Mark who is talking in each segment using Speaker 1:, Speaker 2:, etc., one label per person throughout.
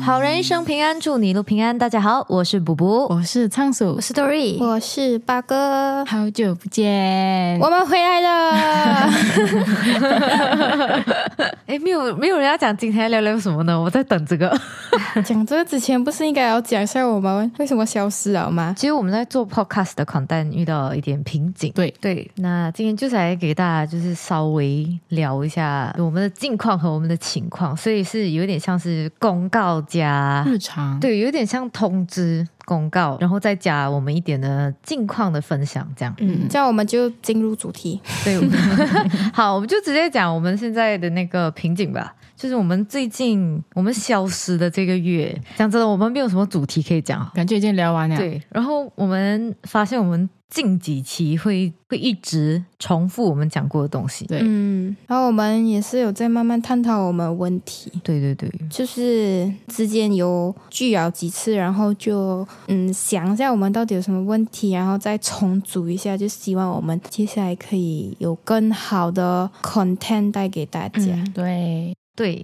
Speaker 1: 好人一生平安，祝你一路平安。大家好，我是卜卜，
Speaker 2: 我是仓鼠
Speaker 1: 我，是 Dory。
Speaker 3: 我是八哥，
Speaker 2: 好久不见。
Speaker 3: 我们回来 了。
Speaker 1: 哎，没有没有人要讲今天要聊聊什么呢？我在等这 个。
Speaker 3: 讲这个之前，不是应该要讲一下我们为什么消失了吗？
Speaker 1: 其实我们在做 podcast 的 content 遇到一点瓶颈。
Speaker 2: 对
Speaker 1: 对，那今天就是来给大家就是稍微聊一下我们的近况和我们的情况，所以是有点像是公告加
Speaker 2: 日常，
Speaker 1: 对，有点像通知公告，然后再加我们一点的近况的分享，这样。
Speaker 2: 嗯，
Speaker 3: 这样我们就进入主题。
Speaker 1: 对， 好，我们就直接讲我们现在的那个瓶颈吧。就是我们最近我们消失的这个月，讲真的，我们没有什么主题可以讲。
Speaker 2: 感觉已经聊完了。，
Speaker 1: 对，然后我们发现我们近几期会会一直重复我们讲过的东西。
Speaker 2: 对
Speaker 3: 嗯，然后我们也是有在慢慢探讨我们的问题，
Speaker 1: 对对对，
Speaker 3: 就是之间有聚了几次，然后就嗯想一下我们到底有什么问题，然后再重组一下，就希望我们接下来可以有更好的 content 带给大家。
Speaker 2: 嗯对，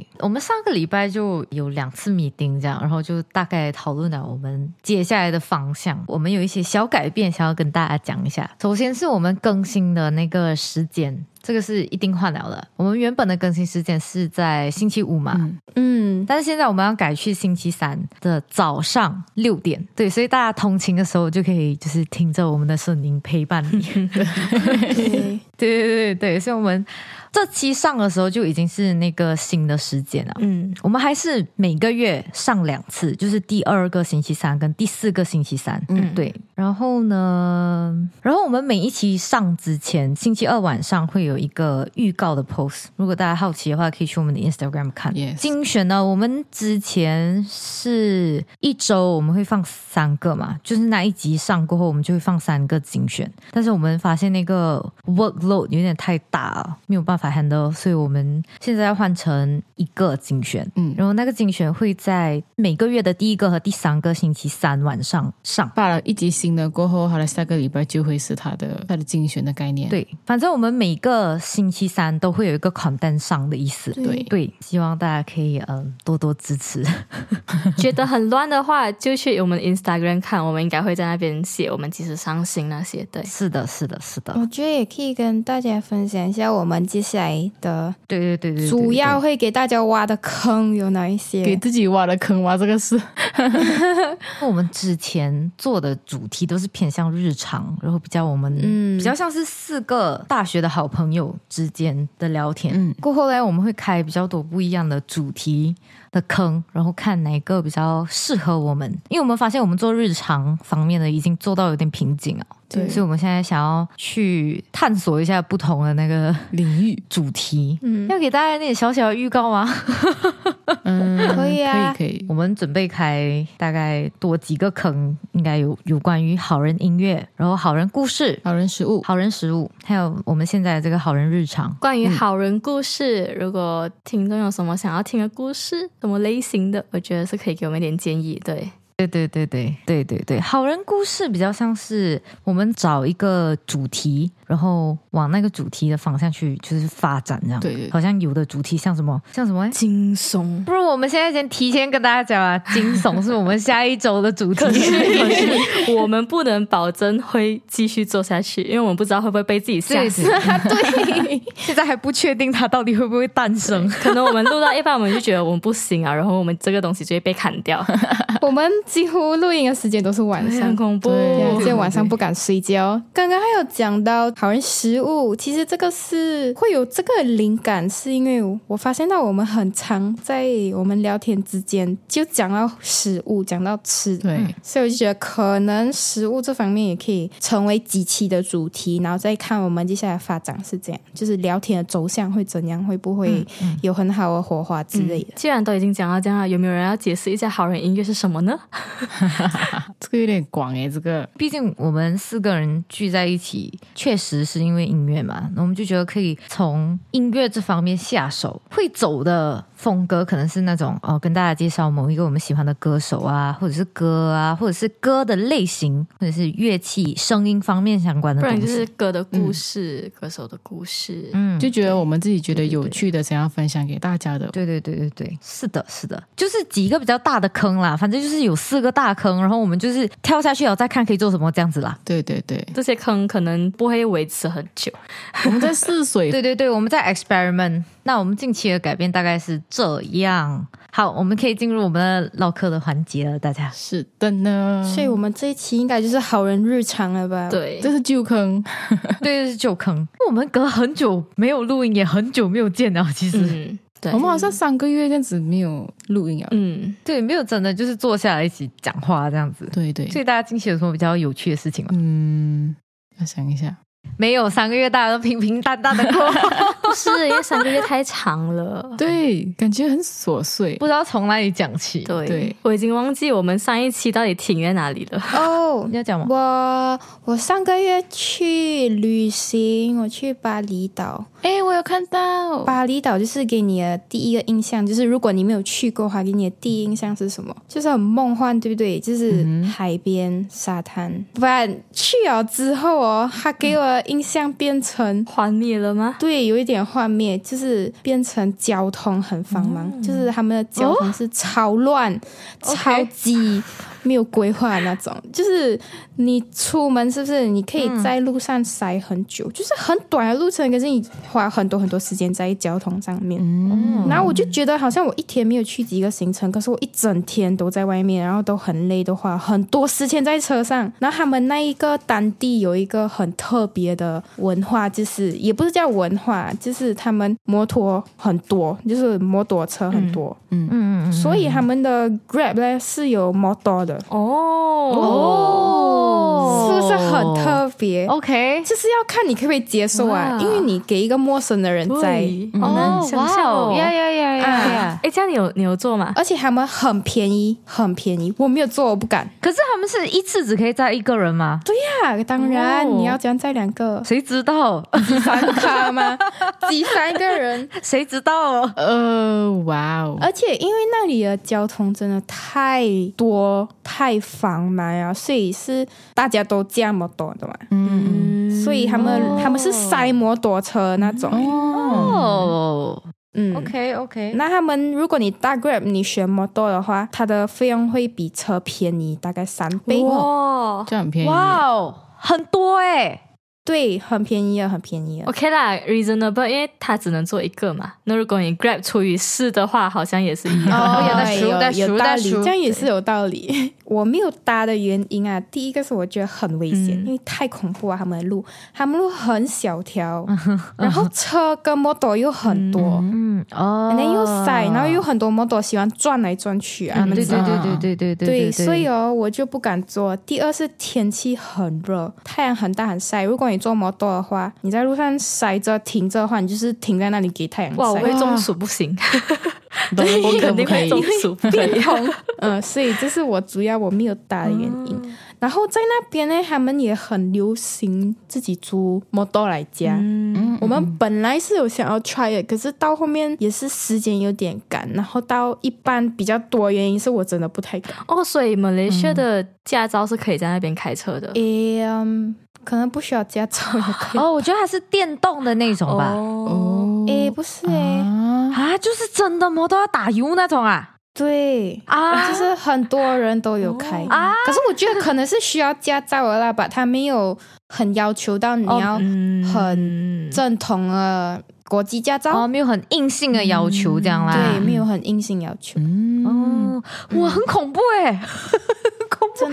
Speaker 1: 对，我们上个礼拜就有两次 meeting 这样，然后就大概讨论了我们接下来的方向。我们有一些小改变想要跟大家讲一下。首先是我们更新的那个时间，这个是一定换了的。我们原本的更新时间是在星期五嘛，
Speaker 2: 嗯，
Speaker 3: 嗯，
Speaker 1: 但是现在我们要改去星期三的早上六点，对，所以大家通勤的时候就可以就是听着我们的声音陪伴你。
Speaker 3: 对，
Speaker 1: 对对对对，所以我们这期上的时候就已经是那个新的时间了。
Speaker 3: 嗯，
Speaker 1: 我们还是每个月上两次，就是第二个星期三跟第四个星期三。嗯，
Speaker 3: 嗯
Speaker 1: 对。然后呢，然后我们每一期上之前，星期二晚上会有一个预告的 post。如果大家好奇的话，可以去我们的 Instagram 看。
Speaker 2: Yes
Speaker 1: 精选呢，我们之前是一周我们会放三个嘛，就是那一集上过后，我们就会放三个精选。但是我们发现那个 workload 有点太大了，没有办法 handle，所以我们现在要换成一个精选。
Speaker 2: 嗯
Speaker 1: 然后那个精选会在每个月的第一个和第三个星期三晚上上。
Speaker 2: 发了一集新的过后，好了，下个礼拜就会是他的他的精选的概念。，
Speaker 1: 对，反正我们每个星期三都会有一个 content 上的意思。
Speaker 3: 嗯
Speaker 2: 对
Speaker 1: 对，希望大家可以嗯多多支持。
Speaker 4: 觉得很乱的话，就去我们 Instagram 看，我们应该会在那边写我们几时上新那些。对，
Speaker 1: 是的，是的，是的，
Speaker 3: 我觉得也可以跟大家分享一下我们接下来的
Speaker 1: 对对对对对，
Speaker 3: 主要会给大家挖的坑有哪一
Speaker 2: 给
Speaker 3: 些？
Speaker 2: 自己挖的坑挖这个事。
Speaker 1: 对我们之前做的主题都是偏向日常，然后比较我们
Speaker 3: 嗯
Speaker 1: 比较像是四个大学的好朋友之间的聊天。
Speaker 2: 嗯
Speaker 1: 过后呢，我们会开比较多不一样的主题的坑，然后看哪一个比较适合我们。因为我们发现我们做日常方面的已经做到有点瓶颈了，
Speaker 2: 对
Speaker 1: 所以我们现在想要去探索一下不同的那个
Speaker 2: 领域，
Speaker 1: 主题。
Speaker 3: 嗯，
Speaker 1: 要给大家一点小小的预告吗？
Speaker 2: 嗯，
Speaker 3: 可以啊
Speaker 2: 可以可以。
Speaker 1: 我们准备开大概多几个坑，应该有有关于好人音乐，然后好人故事、
Speaker 2: 好人食物，
Speaker 1: 好人食物，还有我们现在这个好人日常。
Speaker 4: 关于好人故事，如果听众有什么想要听的故事，什么类型的，我觉得是可以给我们一点建议。对，
Speaker 1: 对对对对对对对，好人故事比较像是我们找一个主题，然后往那个主题的方向去就是发展这样。
Speaker 2: 对对对
Speaker 1: 好像有的主题像什么像什么。诶
Speaker 4: 惊悚。
Speaker 1: 不如我们现在先提前跟大家讲啊，惊悚是我们下一周的主题。
Speaker 4: 可是，可是我们不能保证会继续做下去，因为我们不知道会不会被自己吓
Speaker 1: 对啊
Speaker 4: 死。
Speaker 1: 对， 现在还不确定它到底会不会诞生。
Speaker 4: 可能我们录到一半，我们就觉得我们不行啊，然后我们这个东西就会被砍 掉，
Speaker 3: 我们几乎录音的时间都是晚上
Speaker 4: 很。恐怖。
Speaker 2: 对
Speaker 3: 对，就晚上不敢睡觉。刚刚还有讲到好人食物，其实这个是会有这个灵感，是因为我发现到我们很常在我们聊天之间就讲到食物，讲到吃，
Speaker 2: 对，
Speaker 3: 所以我就觉得可能食物这方面也可以成为几期的主题，然后再看我们接下来发展是怎样，就是聊天的走向会怎样，会不会有很好的火花之类的。
Speaker 4: 既然都已经讲到这样了，有没有人要解释一下好人音乐是什么呢？
Speaker 2: 这个有点广诶，这个
Speaker 1: 毕竟我们四个人聚在一起，确实是因为音乐嘛，那我们就觉得可以从音乐这方面下手，会走的风格可能是那种哦，跟大家介绍某一个我们喜欢的歌手啊，或者是歌啊，或者是歌的类型，或者是乐器、声音方面相关的
Speaker 4: 不然
Speaker 1: 东
Speaker 4: 就是
Speaker 1: 西。
Speaker 4: 歌的故事、歌手的故事。
Speaker 1: 嗯，
Speaker 2: 就觉得我们自己觉得有趣的，想要分享给大家的。
Speaker 1: 对对对对对，是的，是的，就是几个比较大的坑啦，反正就是有四个大坑，然后我们就是跳下去了再看可以做什么这样子啦。
Speaker 2: 对对对，
Speaker 4: 这些坑可能不会维持很久，
Speaker 2: 我们在试水，
Speaker 1: 对对对，我们在 experiment。那我们近期的改变大概是这样。好，我们可以进入我们的唠嗑的环节了，大 家。
Speaker 2: 是的呢。
Speaker 3: 所以我们这一期应该就是好人日常了吧？，
Speaker 4: 对，
Speaker 2: 这是旧坑，
Speaker 1: 对，是旧坑。我们隔很久没有录音，也很久没有见了。其实、
Speaker 4: 嗯，对，
Speaker 2: 我们好像三个月这样子没有录音啊。
Speaker 4: 嗯，
Speaker 1: 对，没有真的就是坐下来一起讲话这样子。
Speaker 2: 对对，
Speaker 1: 所以大家近期有什么比较有趣的事情吗？
Speaker 2: 嗯，要想一下，
Speaker 1: 没有，三个月大家都平平淡淡的 过，
Speaker 4: 不是，因为三个月太长了。
Speaker 2: 对，感觉很琐碎
Speaker 1: 不。知道从哪里讲起。
Speaker 4: 对，
Speaker 2: 对
Speaker 4: 我已经忘记我们上一期到底停在哪里了。
Speaker 3: 哦
Speaker 1: 你，要讲吗？
Speaker 3: 我我上个月去旅行，我去巴厘岛。
Speaker 2: 哎，我有看到，
Speaker 3: 巴厘岛就是给你的第一个印象，就是如果你没有去过的话，给你的第一印象是什么？就是很梦幻，对不对？就是海边、沙滩。不然去了之后哦，它给我的印象变成。
Speaker 4: 幻灭了吗？
Speaker 3: 对，有一点幻灭，就是变成交通很繁忙，
Speaker 4: 嗯
Speaker 3: 就是他们的交通是超乱、超
Speaker 4: 哦 OK
Speaker 3: 级没有规划那种。就是你出门是不是你可以
Speaker 4: 嗯
Speaker 3: 在路上塞很久，就是很短的路程，可是你花很多很多时间在交通上面。
Speaker 1: 嗯
Speaker 3: 然后我就觉得好像我一天没有去几个行程，可是我一整天都在外面，然后都很累的话，很多时间在车上。然后他们那一个当地有一个很特别的文化，就是也不是叫文化，就是他们摩托很多，就是摩托车很多，
Speaker 1: 嗯嗯嗯，
Speaker 3: 所以他们的 Grab 呢是有摩托的，
Speaker 4: 哦哦
Speaker 3: 是不是很特别？
Speaker 1: 哦 OK。
Speaker 3: 哦就是要看你可不可以接受啊，
Speaker 4: 哇
Speaker 3: 因为你给一个陌生的人在，
Speaker 1: 嗯
Speaker 4: 哦，
Speaker 1: 哇
Speaker 4: 哇哦，
Speaker 1: 呀
Speaker 4: 哎，
Speaker 1: 呀呀呀呀！
Speaker 4: 这样你有你有做吗？
Speaker 3: 而且他们很便宜，很便宜，我没有做，我不敢。
Speaker 1: 可是他们是一次只可以载一个人吗？
Speaker 3: 啊，当然、
Speaker 4: 哦
Speaker 3: 你要讲再两个
Speaker 1: 谁知道？
Speaker 3: 挤三咖吗？挤三个 人，
Speaker 1: 谁知道哦？
Speaker 2: 呃，哇哦，
Speaker 3: 而且因为那里的交通真的太多太繁忙啊，所以是大家都这么多的嘛，
Speaker 2: 嗯，
Speaker 3: 所以他们、他们是塞摩托车那种，
Speaker 2: 哦，
Speaker 1: 哦
Speaker 3: 嗯。
Speaker 1: ，OK OK，
Speaker 3: 那他们，如果你搭 Grab，你选摩托的话，它的费用会比车便宜大概三倍。哦
Speaker 4: 哇
Speaker 2: 这样很便宜。
Speaker 1: 哇哦，很多哎，
Speaker 3: 对，很便宜啊，很便宜啊。
Speaker 4: ，OK 啦，reasonable，因为它只能做一个嘛。那如果你 grab 除以四的话，好像也是 一样。
Speaker 3: 哦
Speaker 1: 有袋鼠
Speaker 3: 有
Speaker 1: 袋鼠
Speaker 3: 有道
Speaker 1: 袋
Speaker 3: 理，
Speaker 1: 鼠
Speaker 3: 这样也是有道理。 我没有搭的原因啊，第一个是我觉得很危险，
Speaker 4: 嗯
Speaker 3: 因为太恐怖啊，他们的路，他们路很小条，然后车跟摩托又很多，
Speaker 1: 嗯哦
Speaker 3: 可能又塞，然后又很多摩托喜欢转来转去
Speaker 1: 啊
Speaker 3: 啊，你们
Speaker 1: 对
Speaker 3: 知道
Speaker 1: 对
Speaker 3: 吗
Speaker 1: 对对对对
Speaker 3: 对，
Speaker 1: 对，
Speaker 3: 所以哦，我就不敢坐。第二是天气很热，太阳很大很晒。如果你坐摩托的话，你在路上塞着停着的话，你就是停在那里给太阳
Speaker 4: 哇，我
Speaker 3: 晒。
Speaker 4: 会中暑不行，
Speaker 2: 都
Speaker 4: 我
Speaker 2: 可
Speaker 4: 肯
Speaker 2: 不
Speaker 4: 定
Speaker 2: 可
Speaker 4: 会
Speaker 2: 以？
Speaker 4: 中暑，不可以。
Speaker 3: 嗯，所以这是我主要我没有打的原因。然后在那边呢，他们也很流行自己租摩托来家。
Speaker 4: 嗯，
Speaker 3: 我们本来是有想要 try 的，可是到后面也是时间有点赶，然后到一般比较多的原因是我真的不太敢。
Speaker 4: 哦，所以马来西亚的驾照是可以在那边开车的。
Speaker 3: 诶、嗯可能不需要驾照也可以。
Speaker 1: 哦，我觉得它是电动的那种吧，
Speaker 4: 哦，
Speaker 2: 哦
Speaker 3: 诶、不是诶、
Speaker 2: 啊，
Speaker 1: 啊，就是真的摩托要打油那种啊
Speaker 3: 对。
Speaker 1: 啊
Speaker 3: 就是很多人都有开，
Speaker 1: 啊，
Speaker 3: 可是我觉得可能是需要驾照的啦吧，他没有很要求到你要
Speaker 4: 嗯
Speaker 3: 很正统的国际驾照，
Speaker 1: 哦，没有很硬性的要求这样啦，
Speaker 3: 嗯对，没有很硬性要求，
Speaker 2: 嗯，
Speaker 1: 哦，哇，很恐怖哎，很恐怖。
Speaker 3: 真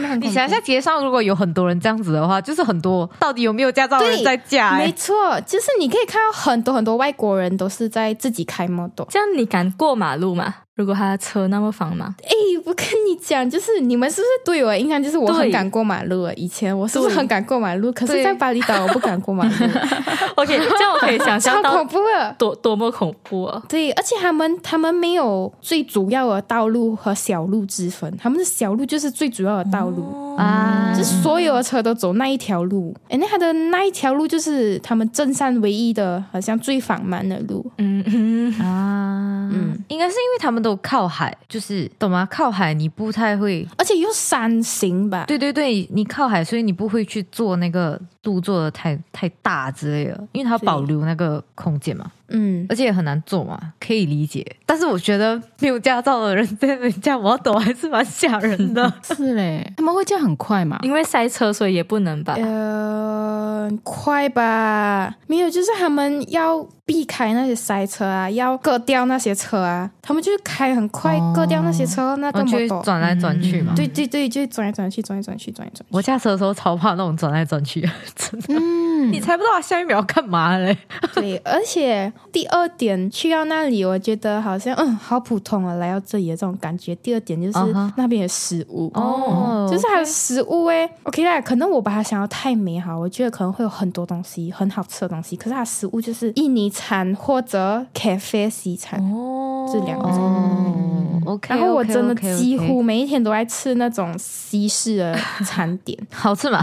Speaker 3: 的很恐怖
Speaker 1: 嗯你想一下，，街上如果有很多人这样子的话，就是很多到底有没有驾照的人
Speaker 3: 对
Speaker 1: 在驾、
Speaker 3: 没
Speaker 1: 欸？
Speaker 3: 错，就是你可以看到很多很多外国人都是在自己开摩托。
Speaker 4: 这样你敢过马路吗？如果他的车那么繁忙，
Speaker 3: 哎，我跟你讲，就是你们是不是对我的印象就是我很
Speaker 4: 对
Speaker 3: 敢过马路啊？以前我是不是
Speaker 4: 对
Speaker 3: 很敢过马路？可是，
Speaker 1: 对
Speaker 3: 在巴厘岛我不敢过马路，
Speaker 4: OK，这样我可以想象
Speaker 3: 超
Speaker 4: 到
Speaker 3: 恐怖的。
Speaker 4: 多多么恐怖啊！
Speaker 3: 对，而且他们他们没有最主要的道路和小路之分，他们的小路就是最主要的道路。
Speaker 1: 啊，
Speaker 3: 就是所有的车都走那一条路，哎，那他的那一条路就是他们镇上唯一的，好像最繁忙的路。
Speaker 4: 嗯嗯，
Speaker 1: 啊，嗯，应该是因为他们都靠海，就是懂吗？靠海你不太会，
Speaker 3: 而且又山形吧，
Speaker 1: 对对对，你靠海，所以你不会去做那个路做的太太大之类的，因为它
Speaker 3: 对
Speaker 1: 保留那个空间嘛，
Speaker 3: 嗯，
Speaker 1: 而且也很难做嘛，可以理解。但是我觉得没有驾照的人在那边驾摩托还是蛮吓人的。
Speaker 2: 是嘞，他们会这样很快嘛？
Speaker 4: 因为塞车，所以也不能吧。
Speaker 3: 呃，快吧，没有，就是他们要避开那些塞车啊，要割掉那些车啊，他们就是开很快，
Speaker 2: 哦
Speaker 3: 割掉那些车，那个
Speaker 1: 哦我就会
Speaker 3: 摩托。
Speaker 1: 转来转去嘛。
Speaker 3: 对对对，就转来转去，转来转去，转来转去。
Speaker 1: 我驾车的时候超怕那种转来转去，真的，
Speaker 2: 嗯
Speaker 1: 你猜不到他下一秒要干嘛嘞。
Speaker 3: 对，而且第二点去到那里，我觉得好像嗯，好普通啊，来到这里的这种感觉。第二点就是
Speaker 1: 啊哈
Speaker 3: 那边的食物
Speaker 1: 哦
Speaker 3: 就是它的食物诶、o k 啦，可能我把它想要太美好，我觉得可能会有很多东西很好吃的东西，可是它的食物就是印尼餐或者 cafe 西餐，
Speaker 4: 哦
Speaker 3: 这两个
Speaker 1: 哦，OK，
Speaker 3: 嗯然后我真的
Speaker 1: OK，OK，OK
Speaker 3: 几乎每一天都在吃那种西式的餐点，
Speaker 1: 好吃嘛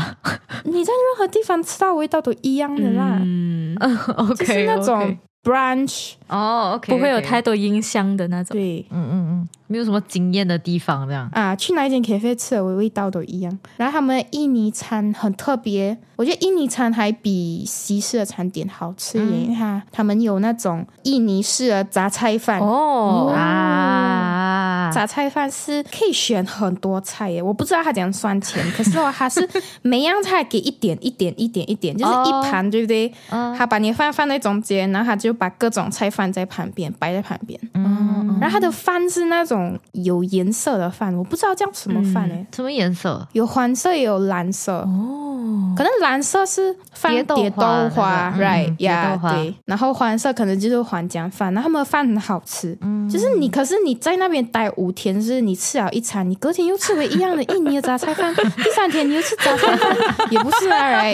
Speaker 3: 你在任何地方吃到味道都一样的啦，
Speaker 4: 嗯，
Speaker 1: ，OK，
Speaker 3: 就是那
Speaker 1: OK
Speaker 3: 种 brunch，
Speaker 1: 哦，OK，
Speaker 4: 不会有
Speaker 1: OK
Speaker 4: 太多音箱的那 种。
Speaker 3: 对。
Speaker 1: 嗯嗯嗯，没有什么惊艳的地方这样。
Speaker 3: 啊，去哪一间 cafe 吃的味道都一样。然后他们的印尼餐很特别，我觉得印尼餐还比西式的餐点好吃耶，因为它他们有那种印尼式的杂菜饭。
Speaker 4: 哦，
Speaker 1: 啊，
Speaker 3: 杂菜饭是可以选很多菜耶，我不知道它怎样算钱，可是哦，它是每样菜给一点一点一点一点，就是一盘，对不对？它把你的饭放在中间，然后它就把各种菜放在旁边，摆在旁边。
Speaker 1: 嗯，
Speaker 3: 然后它的饭是那种有颜色的饭，我不知道叫什么饭哎。
Speaker 1: 嗯什么颜色？
Speaker 3: 有黄色也有蓝色哦，可能蓝色是放
Speaker 1: 蝶
Speaker 3: 蝶
Speaker 1: 豆
Speaker 3: 豆
Speaker 1: 花那
Speaker 3: 花
Speaker 1: 个嗯
Speaker 3: r i
Speaker 1: 嗯
Speaker 3: g h t
Speaker 1: 蝶豆
Speaker 3: yeah,
Speaker 1: 花
Speaker 3: 对，然后黄色可能就是黄姜饭，然后他们的饭很好吃，
Speaker 1: 嗯
Speaker 3: 就是你可是你在那边待五天，是你吃了一餐，你隔天又吃回一样的印尼的杂 菜饭，第三天你又吃杂菜饭，也不是啊 r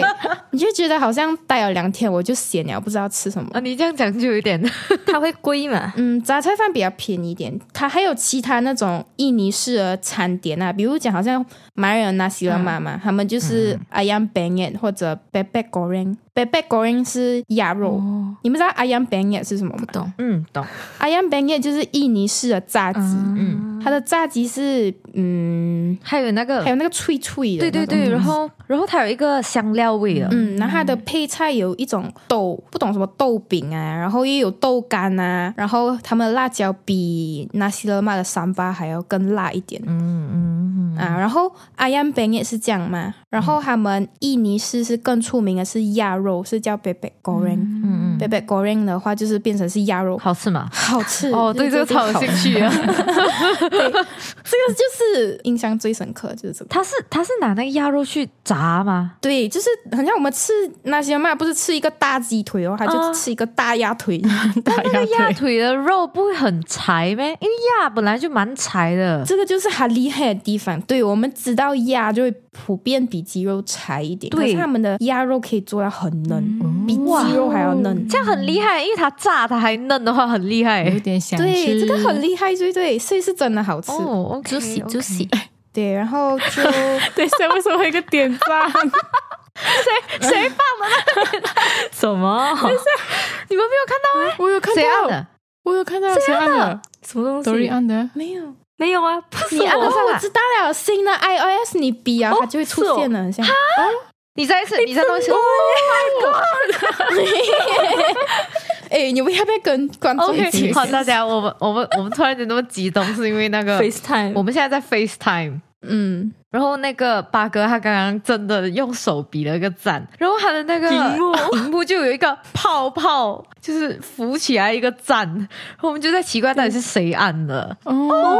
Speaker 3: 你就觉得好像待了两天我就闲了，不知道吃什么。
Speaker 1: 啊，你这样讲就有点，
Speaker 4: 它会贵嘛？
Speaker 3: 嗯，杂菜饭比较便宜一点，它还有其他那种印尼式的餐点啊，比如讲好像马来人那西拉妈嘛，他们就是
Speaker 1: 嗯
Speaker 3: 阿 y a m b a n g e t 或者 bebek goreng。bebek goreng 是鸭肉，你们知道阿 y a m b a n g e t 是什么吗？
Speaker 4: 懂
Speaker 1: 嗯，哦懂，
Speaker 3: 阿 y a m b a n g e t 就是印尼式的炸
Speaker 4: 啊
Speaker 3: 鸡，
Speaker 1: 嗯，
Speaker 3: 它的炸鸡是嗯，
Speaker 1: 还有那个
Speaker 3: 还，有那个脆脆的
Speaker 1: 对对
Speaker 3: 那种，
Speaker 1: 对，然后然后它有一个香料味的，
Speaker 3: 嗯，然后它的配菜有一种豆，不懂什么豆饼啊，然后又有豆干啊，然后他们的辣椒比纳西勒曼的三巴还要更辣一点。
Speaker 1: 嗯嗯嗯
Speaker 3: 啊，然后阿 y a m b a n 也是这样嘛，然后他们印尼式是更出名的是鸭肉，是叫 bebek goreng，bebek、
Speaker 1: 嗯嗯，
Speaker 3: goreng 的话就是变成是鸭肉，
Speaker 1: 好吃嘛？
Speaker 3: 好吃
Speaker 1: 哦，对这个超有兴，趣啊！
Speaker 3: 这个就是印象最深刻，就是这个。
Speaker 1: 他是他是拿那个鸭肉去炸吗？
Speaker 3: 对，就是很像我们吃那些嘛，不是吃一个大鸡腿哦，他
Speaker 1: 啊
Speaker 3: 就吃一个大鸭腿，大
Speaker 1: 那个鸭
Speaker 3: 鸭腿。
Speaker 1: 腿的肉不会很柴咩？因为鸭本来就蛮柴的，
Speaker 3: 这个就是它厉害的地方。对我们知道鸭就会普遍比鸡肉柴一点，
Speaker 1: 对
Speaker 3: 可是他们的鸭肉可以做到很嫩，比鸡肉还要嫩。
Speaker 1: 这样很厉害，因为它炸它还嫩的话很厉害。
Speaker 2: 有点想吃。
Speaker 3: 对，这个很厉害，对对，所以是真的好吃。
Speaker 1: 哦，OK，
Speaker 4: 猪喜猪喜，
Speaker 3: 对，然后就
Speaker 2: 等一下，为什么会有一个点赞？
Speaker 1: 谁放？
Speaker 4: 什么？
Speaker 1: 你们没有看到哎？
Speaker 2: 我有看
Speaker 1: 谁按
Speaker 2: 到，
Speaker 1: 的？
Speaker 2: 我有看到，谁按的？
Speaker 4: 什么
Speaker 2: 都
Speaker 4: 东
Speaker 2: 是
Speaker 4: 西？
Speaker 2: 按的。
Speaker 3: 没有。
Speaker 4: 没有啊，不是
Speaker 3: 你按的
Speaker 4: 我
Speaker 3: 话，我知道了，新的 iOS 你比
Speaker 2: 哦
Speaker 3: 啊，它就会出现了，很像。
Speaker 1: 你再一次，你再弄一次。
Speaker 3: 哎，你们要不要跟观众 一起
Speaker 1: OK，？好，大家，我们我们我们突然间那么激动，是因为那 个
Speaker 4: FaceTime。
Speaker 1: 我们现在在 FaceTime。
Speaker 3: 嗯，
Speaker 1: 然后那个八哥他刚刚真的用手比了个赞，然后他的那个
Speaker 4: 荧幕
Speaker 1: 荧幕就有一个泡泡，就是浮起来一个赞，然后我们就在奇怪到底是谁按的。哎
Speaker 2: 哦，
Speaker 4: 哦，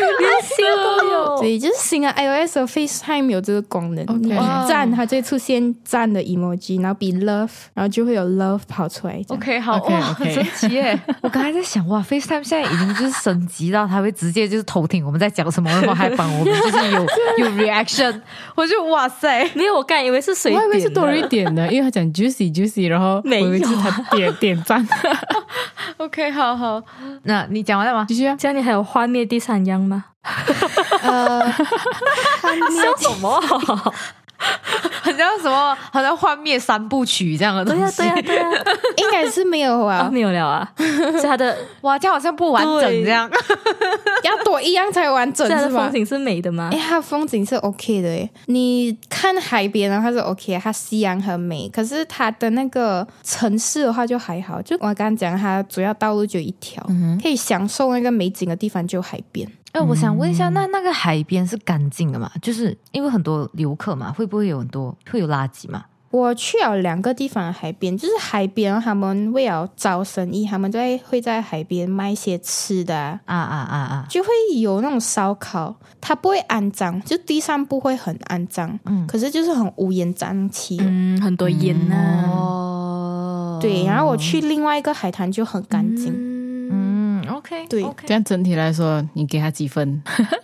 Speaker 4: 有流星都有。
Speaker 3: 对，就是新的 iOS 和 FaceTime 有这个功能，
Speaker 2: OK
Speaker 3: 你一赞它就会出现赞的 emoji，然后比 love，然后就会有 love 跑出来。这样
Speaker 1: OK，好
Speaker 2: OK，OK
Speaker 1: 哇，很神奇 耶！我刚才在想，哇，FaceTime 现在已经就是升级到它会直接就是偷听我们在讲什么，然后还帮我们就是 有有 reaction，我就哇塞，
Speaker 4: 没有，我刚以为是谁
Speaker 2: 我
Speaker 4: 点
Speaker 2: 还以
Speaker 4: 的，
Speaker 2: 为是多瑞点的，因为他讲 juicy juicy，然后我以为是他点点赞。
Speaker 1: OK，好好，那你讲完了吗？
Speaker 2: 继续啊，
Speaker 4: 这样你还有幻灭第三样吗？
Speaker 3: 呃， 哦
Speaker 4: 笑什 么？
Speaker 1: 好像什么，好像幻灭三部曲这样的东
Speaker 4: 对呀、
Speaker 1: 西。
Speaker 4: 对呀、对呀、
Speaker 3: 应该是没有
Speaker 4: 啊，
Speaker 3: 啊，
Speaker 4: 没有了啊，所以 它的
Speaker 1: 哇，这样好像不完整
Speaker 4: 对
Speaker 1: 这样。
Speaker 3: 要多一样才完整
Speaker 4: 所以它
Speaker 3: 是
Speaker 4: 的
Speaker 3: 吧
Speaker 4: 风？景啊是美的吗
Speaker 3: 哎、？它风景是 OK 的诶。你看海边的话是 OK，的它夕阳很美。可是它的那个城市的话就还好，就我刚刚讲，它主要道路就一条，
Speaker 4: 嗯
Speaker 3: 可以享受那个美景的地方就海边。
Speaker 1: 哎、我想问一下，那那个海边是干净的吗？就是因为很多游客嘛，会不会有很多会有垃圾嘛？
Speaker 3: 我去了两个地方的海边，就是海边，他们为了招生意，他们在会在海边卖一些吃的、啊，
Speaker 1: 啊啊啊啊！
Speaker 3: 就会有那种烧烤，它不会肮脏，就地上不会很肮脏，
Speaker 1: 嗯
Speaker 3: 可是就是很乌烟瘴气。
Speaker 4: 嗯，很多烟啊呐、
Speaker 1: 哦，
Speaker 3: 对，然后我去另外一个海滩就很干净，
Speaker 4: 嗯，
Speaker 1: 嗯，OK，
Speaker 3: 对
Speaker 1: o k
Speaker 2: 这样整体来说，你给他几分？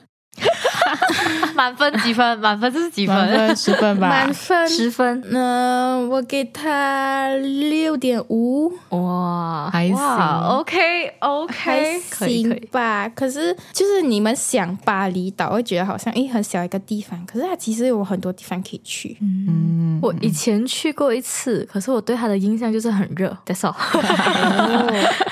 Speaker 1: 满分几分？满分是几
Speaker 2: 满
Speaker 1: 分？
Speaker 2: 分十分吧
Speaker 3: 满。分。
Speaker 4: 十分，
Speaker 3: 嗯、我给他六点五，
Speaker 4: 哇，
Speaker 2: 还行
Speaker 1: 哇
Speaker 3: 还
Speaker 1: ，OK，OK，
Speaker 4: 可以可以
Speaker 3: 行吧。可是就是你们想巴厘岛，会觉得好像诶很小一个地方，可是它其实有很多地方可以去。
Speaker 2: 嗯，
Speaker 4: 我以前去过一次，可是我对它的印象就是很热，That's all。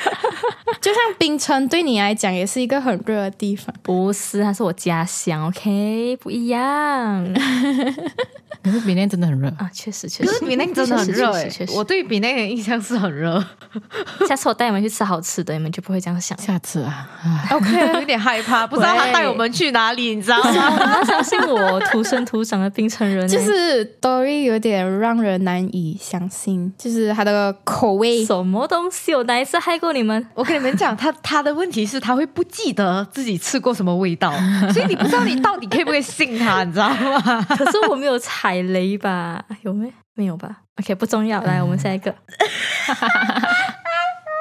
Speaker 3: 就像冰城对你来讲也是一个很热的地方，
Speaker 4: 不是，它是我家乡，OK，不 一样
Speaker 2: 可是缅甸真的很热。
Speaker 4: 啊，确实 确
Speaker 1: 可
Speaker 4: 实
Speaker 1: 是比那个真的很热
Speaker 4: 确
Speaker 1: 哎、
Speaker 4: 实确实确实
Speaker 1: 我对比那个印象是很热，
Speaker 4: 下次我带你们去吃好吃的，你们就不会这样想。
Speaker 2: 下次啊，唉
Speaker 1: OK，有点害怕，不知道他带我们去哪里，你知道吗？
Speaker 4: 你要相信我，土生土长的槟城人欸，
Speaker 3: 就是 Dory 有点让人难以相信，就是它的口味。
Speaker 4: 什么东西？我哪一次害过 你们？
Speaker 1: 我跟你们讲，他他的问题是他会不记得自己吃过什么味道，所以你不知道你到底可以不可以信他，你知道吗？
Speaker 4: 可是我没有踩雷吧？有没？没有吧？OK，不重要。
Speaker 5: 嗯
Speaker 4: 来，我们下一 个。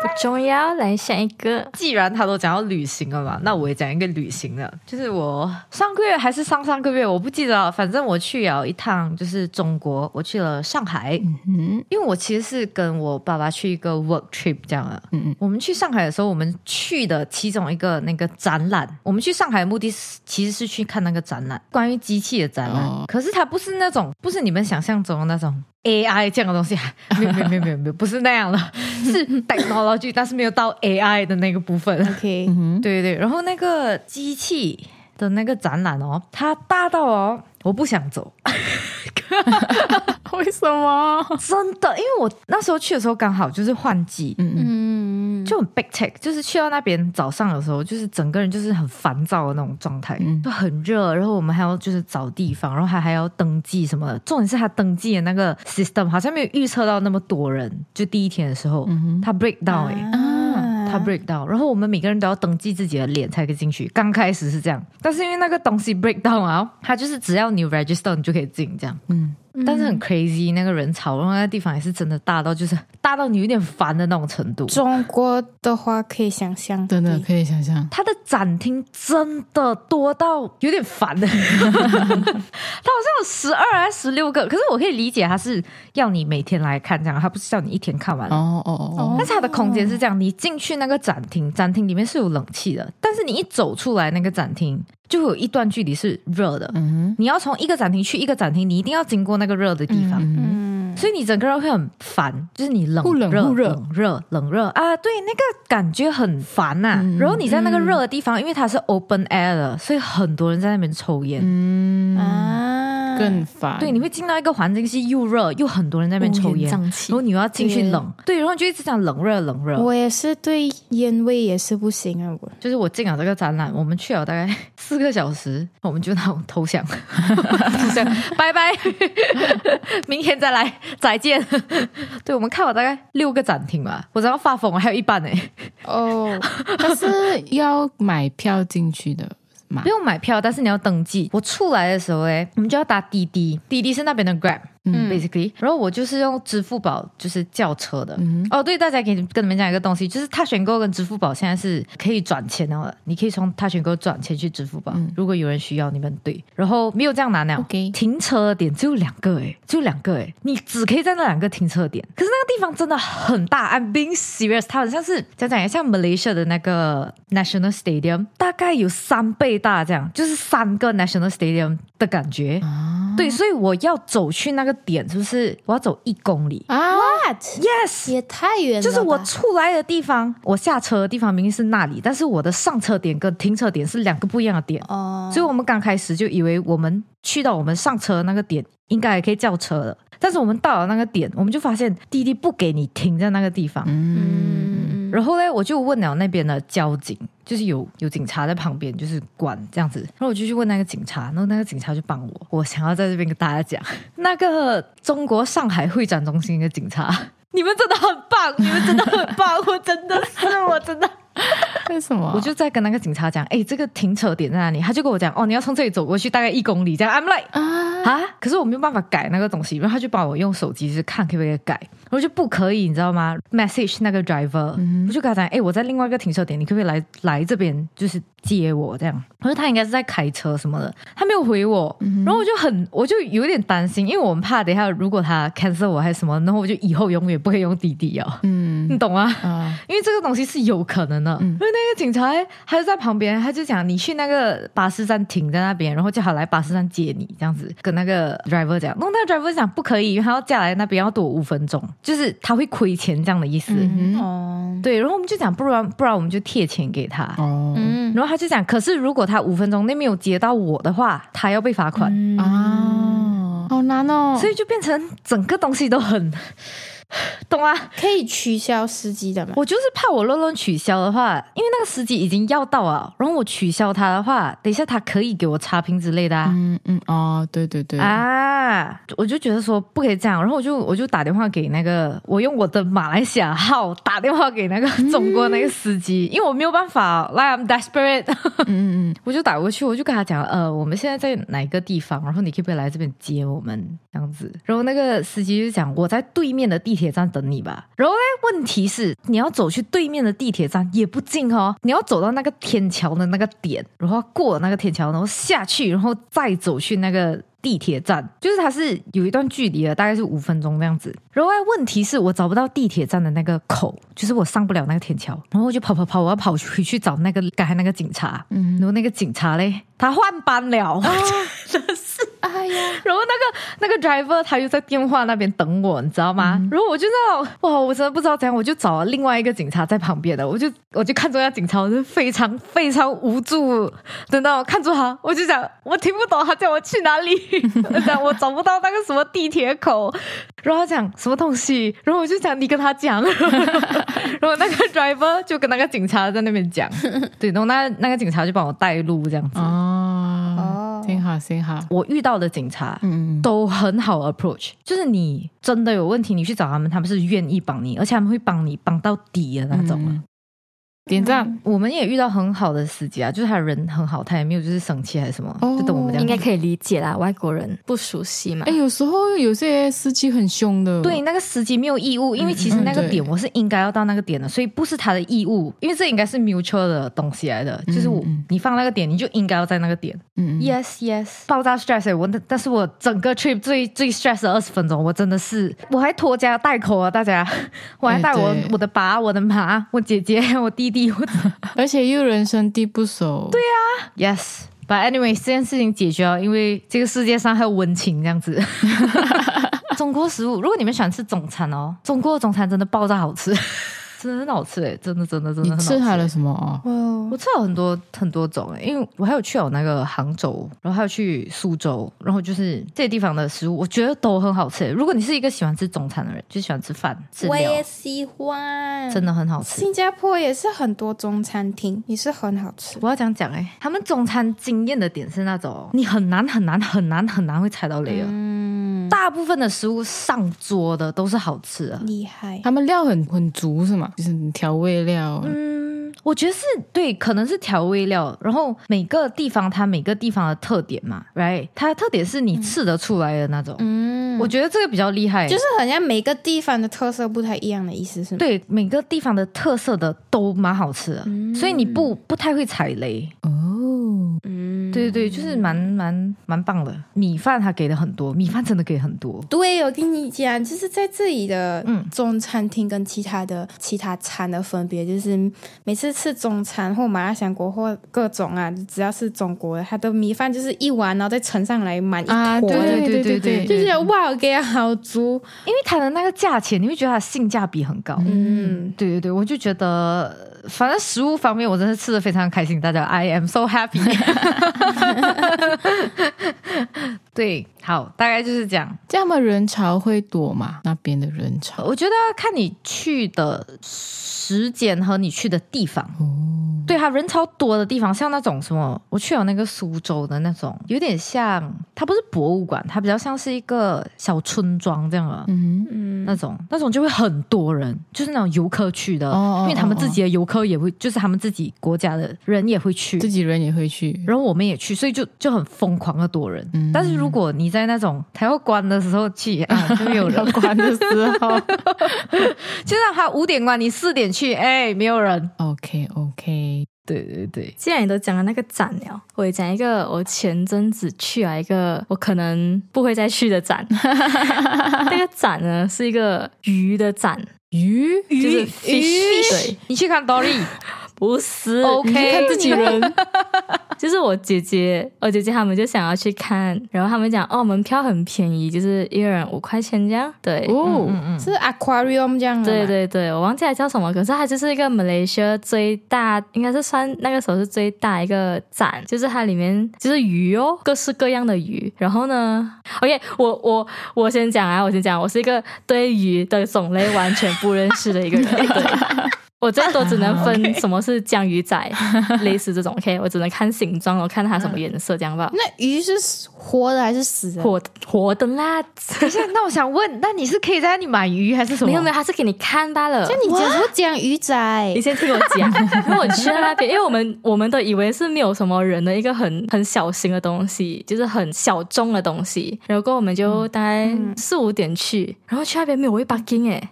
Speaker 4: 不重要，来下一个。
Speaker 1: 既然他都讲到旅行了嘛，那我也讲一个旅行的，就是我上个月还是上上个月，我不记得了，反正我去了一趟，就是中国，我去了上海，
Speaker 2: 嗯
Speaker 1: 因为我其实是跟我爸爸去一个 work trip 这样啊的。
Speaker 2: 嗯嗯
Speaker 1: 我们去上海的时候，我们去的其中一个那个展览，我们去上海的目的是其实是去看那个展览，关于机器的展览。
Speaker 2: 哦
Speaker 1: 可是它不是那种，不是你们想象中的那种 AI 这样的东西，没有没有没有没有没有，不是那样的，是 technology，但是没有到 AI 的那个部分。
Speaker 3: OK，
Speaker 2: 嗯
Speaker 1: 对对对，然后那个机器的那个展览哦，它大到哦，我不想走。
Speaker 2: 哼，为什么？
Speaker 1: 真的，因为我那时候去的时候刚好就是换季，
Speaker 2: 嗯
Speaker 3: 嗯，
Speaker 1: 就很 big tech，就是去到那边早上的时候，就是整个人就是很烦躁的那种状态，
Speaker 2: 嗯
Speaker 1: 就很热。然后我们还要就是找地方，然后还还要登记什么的。重点是他登记的那个 system 好像没有预测到那么多人，就第一天的时候，
Speaker 2: 嗯
Speaker 1: 他 break down 哎、
Speaker 3: 啊
Speaker 1: 他 break down，然后我们每个人都要登记自己的脸才可以进去。刚开始是这样，但是因为那个东西 break down 啊，他就是只要你 register 你就可以进这样。
Speaker 2: 嗯
Speaker 1: 但是很 crazy 那个人潮，然后那个地方也是真的大到就是大到你有点烦的那种程度。
Speaker 3: 中国的话可以想象，
Speaker 2: 真的
Speaker 3: 对
Speaker 2: 可以想象。
Speaker 1: 它的展厅真的多到有点 烦的，它好像有十二还是十六个，可是我可以理解它是要你每天来看这样，它不是叫你一天看完。
Speaker 2: 哦哦哦
Speaker 1: 但是它的空间是这样，你进去那个展厅，展厅里面是有冷气的，但是你一走出来那个展厅，就会有一段距离是热的。
Speaker 2: 嗯
Speaker 1: 你要从一个展厅去一个展厅，你一定要经过那个热的地方。
Speaker 2: 嗯
Speaker 3: 嗯，
Speaker 1: 所以你整个人会很烦，就是你冷
Speaker 2: 忽冷
Speaker 1: 热
Speaker 2: 忽热
Speaker 1: 冷热冷热啊，对，那个感觉很烦呐、
Speaker 2: 嗯
Speaker 1: 然后你在那个热的地方，因为它是 open air 的，所以很多人在那边抽烟。
Speaker 2: 嗯，
Speaker 3: 啊，
Speaker 2: 更烦。
Speaker 1: 对，你会进到一个环境是又热又很多人在那边抽
Speaker 2: 哦
Speaker 4: 乌
Speaker 1: 烟，
Speaker 4: 烟
Speaker 1: 然
Speaker 4: 瘴气
Speaker 1: 后。你又要进去
Speaker 3: 对
Speaker 1: 冷，对，然后你就一直讲冷热冷热。
Speaker 3: 我也是对烟味也是不行啊，我
Speaker 1: 就是我进了这个展览，我们去了大 概四个小时，我们就那种投降，投降，拜拜， 明天再来，再见。对，我们看了大概六个展厅吧，我早上发疯，还有一半呢、
Speaker 3: 哦，
Speaker 2: 但是要买票进去的嘛
Speaker 1: 不？用买票，但是你要登记。我出来的时候，哎，我们就要搭滴滴，滴滴是那边的 Grab，
Speaker 2: 嗯
Speaker 1: b a s i c a l l y 然后我就是用支付宝就是叫车的。
Speaker 2: 嗯
Speaker 1: 哦，对，大家可以跟你们讲一个东西，就是他选购跟支付宝现在是可以转钱的了，你可以从他选购转钱去支付宝。
Speaker 2: 嗯
Speaker 1: 如果有人需要，你们对。然后没有这样难了。
Speaker 2: OK
Speaker 1: 停车点只有两个诶，只有两个诶，你只可以在那两个停车点。可是那个地方真的很大，I'm being serious，它好像是讲讲一下像 Malaysia 的那个 National Stadium，大概有三倍大，这样就是三个 National Stadium 的感觉。
Speaker 2: 啊
Speaker 1: 对，所以我要走去那个点，就是我要走一公里。
Speaker 2: 啊，
Speaker 5: What？
Speaker 1: Yes，
Speaker 5: 也太远了吧，
Speaker 1: 就是我出来的地方，我下车的地方明明是那里，但是我的上车点跟停车点是两个不一样的点，
Speaker 5: 哦，
Speaker 1: 所以我们刚开始就以为我们去到我们上车的那个点，应该也可以叫车了。但是我们到了那个点，我们就发现滴滴不给你停在那个地方。
Speaker 5: 嗯，
Speaker 1: 然后呢，我就问了那边的交警，就是有有警察在旁边，就是管这样子。然后我就去问那个警察，然后那个警察就帮我。我想要在这边跟大家讲， 那个中国上海会展中心的警察， 你们真的很棒，你们真的很棒，我真的是，我真的。
Speaker 2: 为什么？
Speaker 1: 我就在跟那个警察讲，哎，这个停车点在哪里？他就跟我讲，哦，你要从这里走过去，大概一公里这样。I'm like，
Speaker 2: 啊，
Speaker 1: 啊！可是我没有办法改那个东西，然后他就帮我用手机就是看可不可以改，然后就不可以，你知道吗？message 那个 driver，、我就跟
Speaker 2: 嗯
Speaker 1: 他讲，哎、我在另外一个停车点，你可不可以来来这边就是接我这样？我说他应该是在开车什么的，他没有回我，
Speaker 2: 嗯
Speaker 1: 然后我就很我就有点担心，因为我们怕等一下如果他 cancel 我还是什么，然后我就以后永远不会用滴滴哦，
Speaker 2: 嗯
Speaker 1: 你懂吗？
Speaker 2: 啊，
Speaker 1: 因为这个东西是有可能
Speaker 2: 嗯
Speaker 1: 的，因为那个警察他就在旁边，他就讲你去那个巴士站停在那边，然后叫他来巴士站接你，这样子跟那个 driver 讲，弄那个 driver 讲不可以，因为他要下来那边要躲五分钟，就是他会亏钱这样的意思。
Speaker 2: 嗯
Speaker 5: 哦，
Speaker 1: 对，然后我们就讲，不然不然我们就贴钱给他。
Speaker 2: 哦
Speaker 5: 嗯
Speaker 1: 然后他就讲，可是如果他五分钟内没有接到我的话，他要被罚款，
Speaker 2: 嗯啊，好难哦，
Speaker 1: 所以就变成整个东西都很，懂啊？
Speaker 3: 可以取消司机的吗？
Speaker 1: 我就是怕我乱乱取消的话，因为那个司机已经要到啊，然后我取消他的话，等一下他可以给我差评之类的啊。
Speaker 2: 嗯嗯哦，对对对，
Speaker 1: 啊，我就觉得说不可以这样，然后我就我就打电话给那个，我用我的马来西亚号打电话给那个中国那个司机，因为我没有办法，like I'm desperate，
Speaker 2: 嗯嗯嗯
Speaker 1: 我就打过去，我就跟他讲，呃，我们现在在哪个地方，然后你可不可以来这边接我们这样子？然后那个司机就讲，我在对面的地铁站等你吧。然后呢，问题是你要走去对面的地铁站也不近哦，你要走到那个天桥的那个点，然后过了那个天桥，然后下去，然后再走去那个。地铁站就是它是有一段距离的，大概是五分钟这样子。然后呢问题是我找不到地铁站的那个口，就是我上不了那个天桥，然后我就跑跑跑，我要跑回去找那个刚才那个警察。
Speaker 2: 嗯
Speaker 1: 然后那个警察嘞，他换班了，真的是。
Speaker 5: 哎呀，
Speaker 1: 然后那个那个 driver 他又在电话那边等我，你知道吗？然后我就那种哇，我真的不知道怎样，我就找了另外一个警察在旁边的，我就我就看着那警察，我就非常非常无助的那种看着他，我就想我听不懂他叫我去哪里， 我讲我找不到那个什么地铁口，然后他讲什么东西，然后我就讲你跟他讲，然后那个 driver 就跟那个警察在那边讲，对，然后那那个警察就帮我带路这样子。
Speaker 2: 嗯，哦
Speaker 5: 哦，
Speaker 2: 幸好幸好，
Speaker 1: 我遇到的警察，
Speaker 2: 嗯
Speaker 1: 都很好 approach，就是你真的有问题，你去找他们，他们是愿意帮你，而且他们会帮你帮到底的那种啊。
Speaker 2: 嗯点赞，
Speaker 1: 我们也遇到很好的司机啊，就是他人很好，他也没有就是生气还是什么，
Speaker 2: 哦
Speaker 1: 就等我们这样
Speaker 4: 应
Speaker 1: 子。
Speaker 4: 该可以理解啦，外国人不熟悉嘛
Speaker 2: 哎，。有时候有些司机很凶的，
Speaker 1: 对，那个司机没有义务，因为其实
Speaker 2: 嗯
Speaker 1: 那个
Speaker 2: 对
Speaker 1: 点我是应该要到那个点的，所以不是他的义务，因为这应该是 mutual 的东西来的，就是我
Speaker 2: 嗯嗯
Speaker 1: 你放那个点，你就应该要在那个点。
Speaker 2: 嗯，嗯
Speaker 1: Yes, yes，爆炸 stress 欸我那但是我整个 trip 最最 stress 的二十分钟，我真的是我还拖家带口啊，大家，我还带我、
Speaker 2: 对
Speaker 1: 我的爸、我的妈、我姐姐、我弟弟，我
Speaker 2: 而且又人生地不熟，对呀，
Speaker 1: yes。But anyway，这件事情解决了，因为这个世界上还有温情这样子。 中国食物，如果你们喜欢吃中餐哦，中国的中餐真的爆炸好吃， 真的很好吃哎，真的真的真的
Speaker 2: 你
Speaker 1: 很好
Speaker 2: 吃它
Speaker 1: 吃
Speaker 2: 了什么哦？
Speaker 3: 哦，
Speaker 1: 我吃了很多很多种欸诶，因为我还有去了那个杭州，然后还有去苏州，然后就是这些地方的食物，我觉得都很好吃。欸如果你是一个喜欢吃中餐的人，就喜欢吃饭吃
Speaker 5: 我
Speaker 1: 料
Speaker 5: 也，喜欢，
Speaker 1: 真的很好吃。
Speaker 3: 新加坡也是很多中餐厅，也是很好吃。
Speaker 1: 我要这样讲诶，欸他们中餐惊艳的点是那种你很难很难很难很难会踩到雷的，啊
Speaker 3: 嗯，
Speaker 1: 大部分的食物上桌的都是好吃的。
Speaker 3: 厉害。
Speaker 2: 他们料很很足是吗？就是调味料，
Speaker 1: 嗯，我觉得是对，可能是调味料，然后每个地方它每个地方的特点嘛，right？它的特点是你吃得出来的那种。
Speaker 5: 嗯，
Speaker 1: 我觉得这个比较厉害，
Speaker 3: 就是好像每个地方的特色不太一样的意思是吗？，
Speaker 1: 对每个地方的特色的都蛮好吃的，
Speaker 3: 嗯
Speaker 1: 所以你不不太会踩雷。
Speaker 2: 哦，
Speaker 5: 嗯，
Speaker 1: 对对对，就是蛮蛮蛮棒的。米饭他给了很多，米饭真的给很多。
Speaker 3: 对，我跟你讲，就是在这里的
Speaker 1: 嗯
Speaker 3: 中餐厅跟其他的其他餐的分别，就是每次吃中餐或马来西亚国或各种啊，只要是中国的，它的米饭就是一碗，然后再盛上来满一坨的，
Speaker 2: 啊，对对对对
Speaker 3: 就
Speaker 2: 对，
Speaker 3: 是哇，我给它好足，
Speaker 1: 因为它的那个价钱，你会觉得它的性价比很高。
Speaker 3: 嗯，
Speaker 1: 对对对，我就觉得，呃反正食物方面我真是吃的非常开心，大家 I am so happy。对，好，大概就是这样。
Speaker 2: 这样嘛，人潮会多嘛？那边的人潮
Speaker 1: 我觉得要看你去的时间和你去的地方。
Speaker 2: 哦
Speaker 1: 对它人超多的地方，像那种什么，我去了那个苏州的那种，有点像它不是博物馆，它比较像是一个小村庄这样的。
Speaker 2: 嗯
Speaker 5: 嗯
Speaker 1: 那种那种就会很多人，就是那种游客去的，
Speaker 2: 哦哦
Speaker 1: 因为他们自己的游客也会，就是他们自己国家的人也会去，
Speaker 2: 自己人也会去，
Speaker 1: 然后我们也去，所以就就很疯狂的多人。
Speaker 2: 嗯
Speaker 1: 但是如果你在那种它要关的时候去啊， 就没有人
Speaker 2: 要关的时候。
Speaker 1: 就让他五点关，你四点去，哎，没有人。
Speaker 2: OK OK，
Speaker 1: 对对对，
Speaker 4: 既然你都讲了那个展了，我也讲一个我前阵子去了一个我可能不会再去的 展。那个展呢是一个鱼的展，
Speaker 2: 鱼
Speaker 4: 就是 fish，对，
Speaker 1: 你去看 Dory，
Speaker 4: 不是
Speaker 1: OK
Speaker 4: 你去看自己
Speaker 2: 人
Speaker 4: 就是我姐姐，我姐姐他们就想要去看，然后他们讲哦，门票很便宜，就是一个人五块钱这样。对，
Speaker 2: 哦，
Speaker 1: 嗯
Speaker 3: 是 aquarium 这样的，
Speaker 4: 对，对对，嗯我忘记它叫什么，可是它就是一个马来西亚最大，应该是算那个时候是最大一个展，就是它里面就是鱼哦，各式各样的鱼。然后呢，OK，我 我我先讲啊，我先讲，我是一个对鱼的种类完全不认识的一个 人。对。我最多只能分什么是江鱼仔，类似这种。OK，我只能看形状，我看它什么颜色，这样吧。
Speaker 3: 那鱼是活的还是死的？
Speaker 4: 活活的啦，
Speaker 1: 等一下，那我想问，那你是可以在那里买鱼还是什么？
Speaker 4: 没有没有，它是给你看罢了。
Speaker 3: 那你讲什么讲鱼仔？
Speaker 4: 你先听我讲，因为我去了那边，因为我们我们都以为是没有什么人的一个很很小型的东西，就是很小众的东西。然后我们就大概四五点去，然后去那边没有喂 b u g g i n 哎，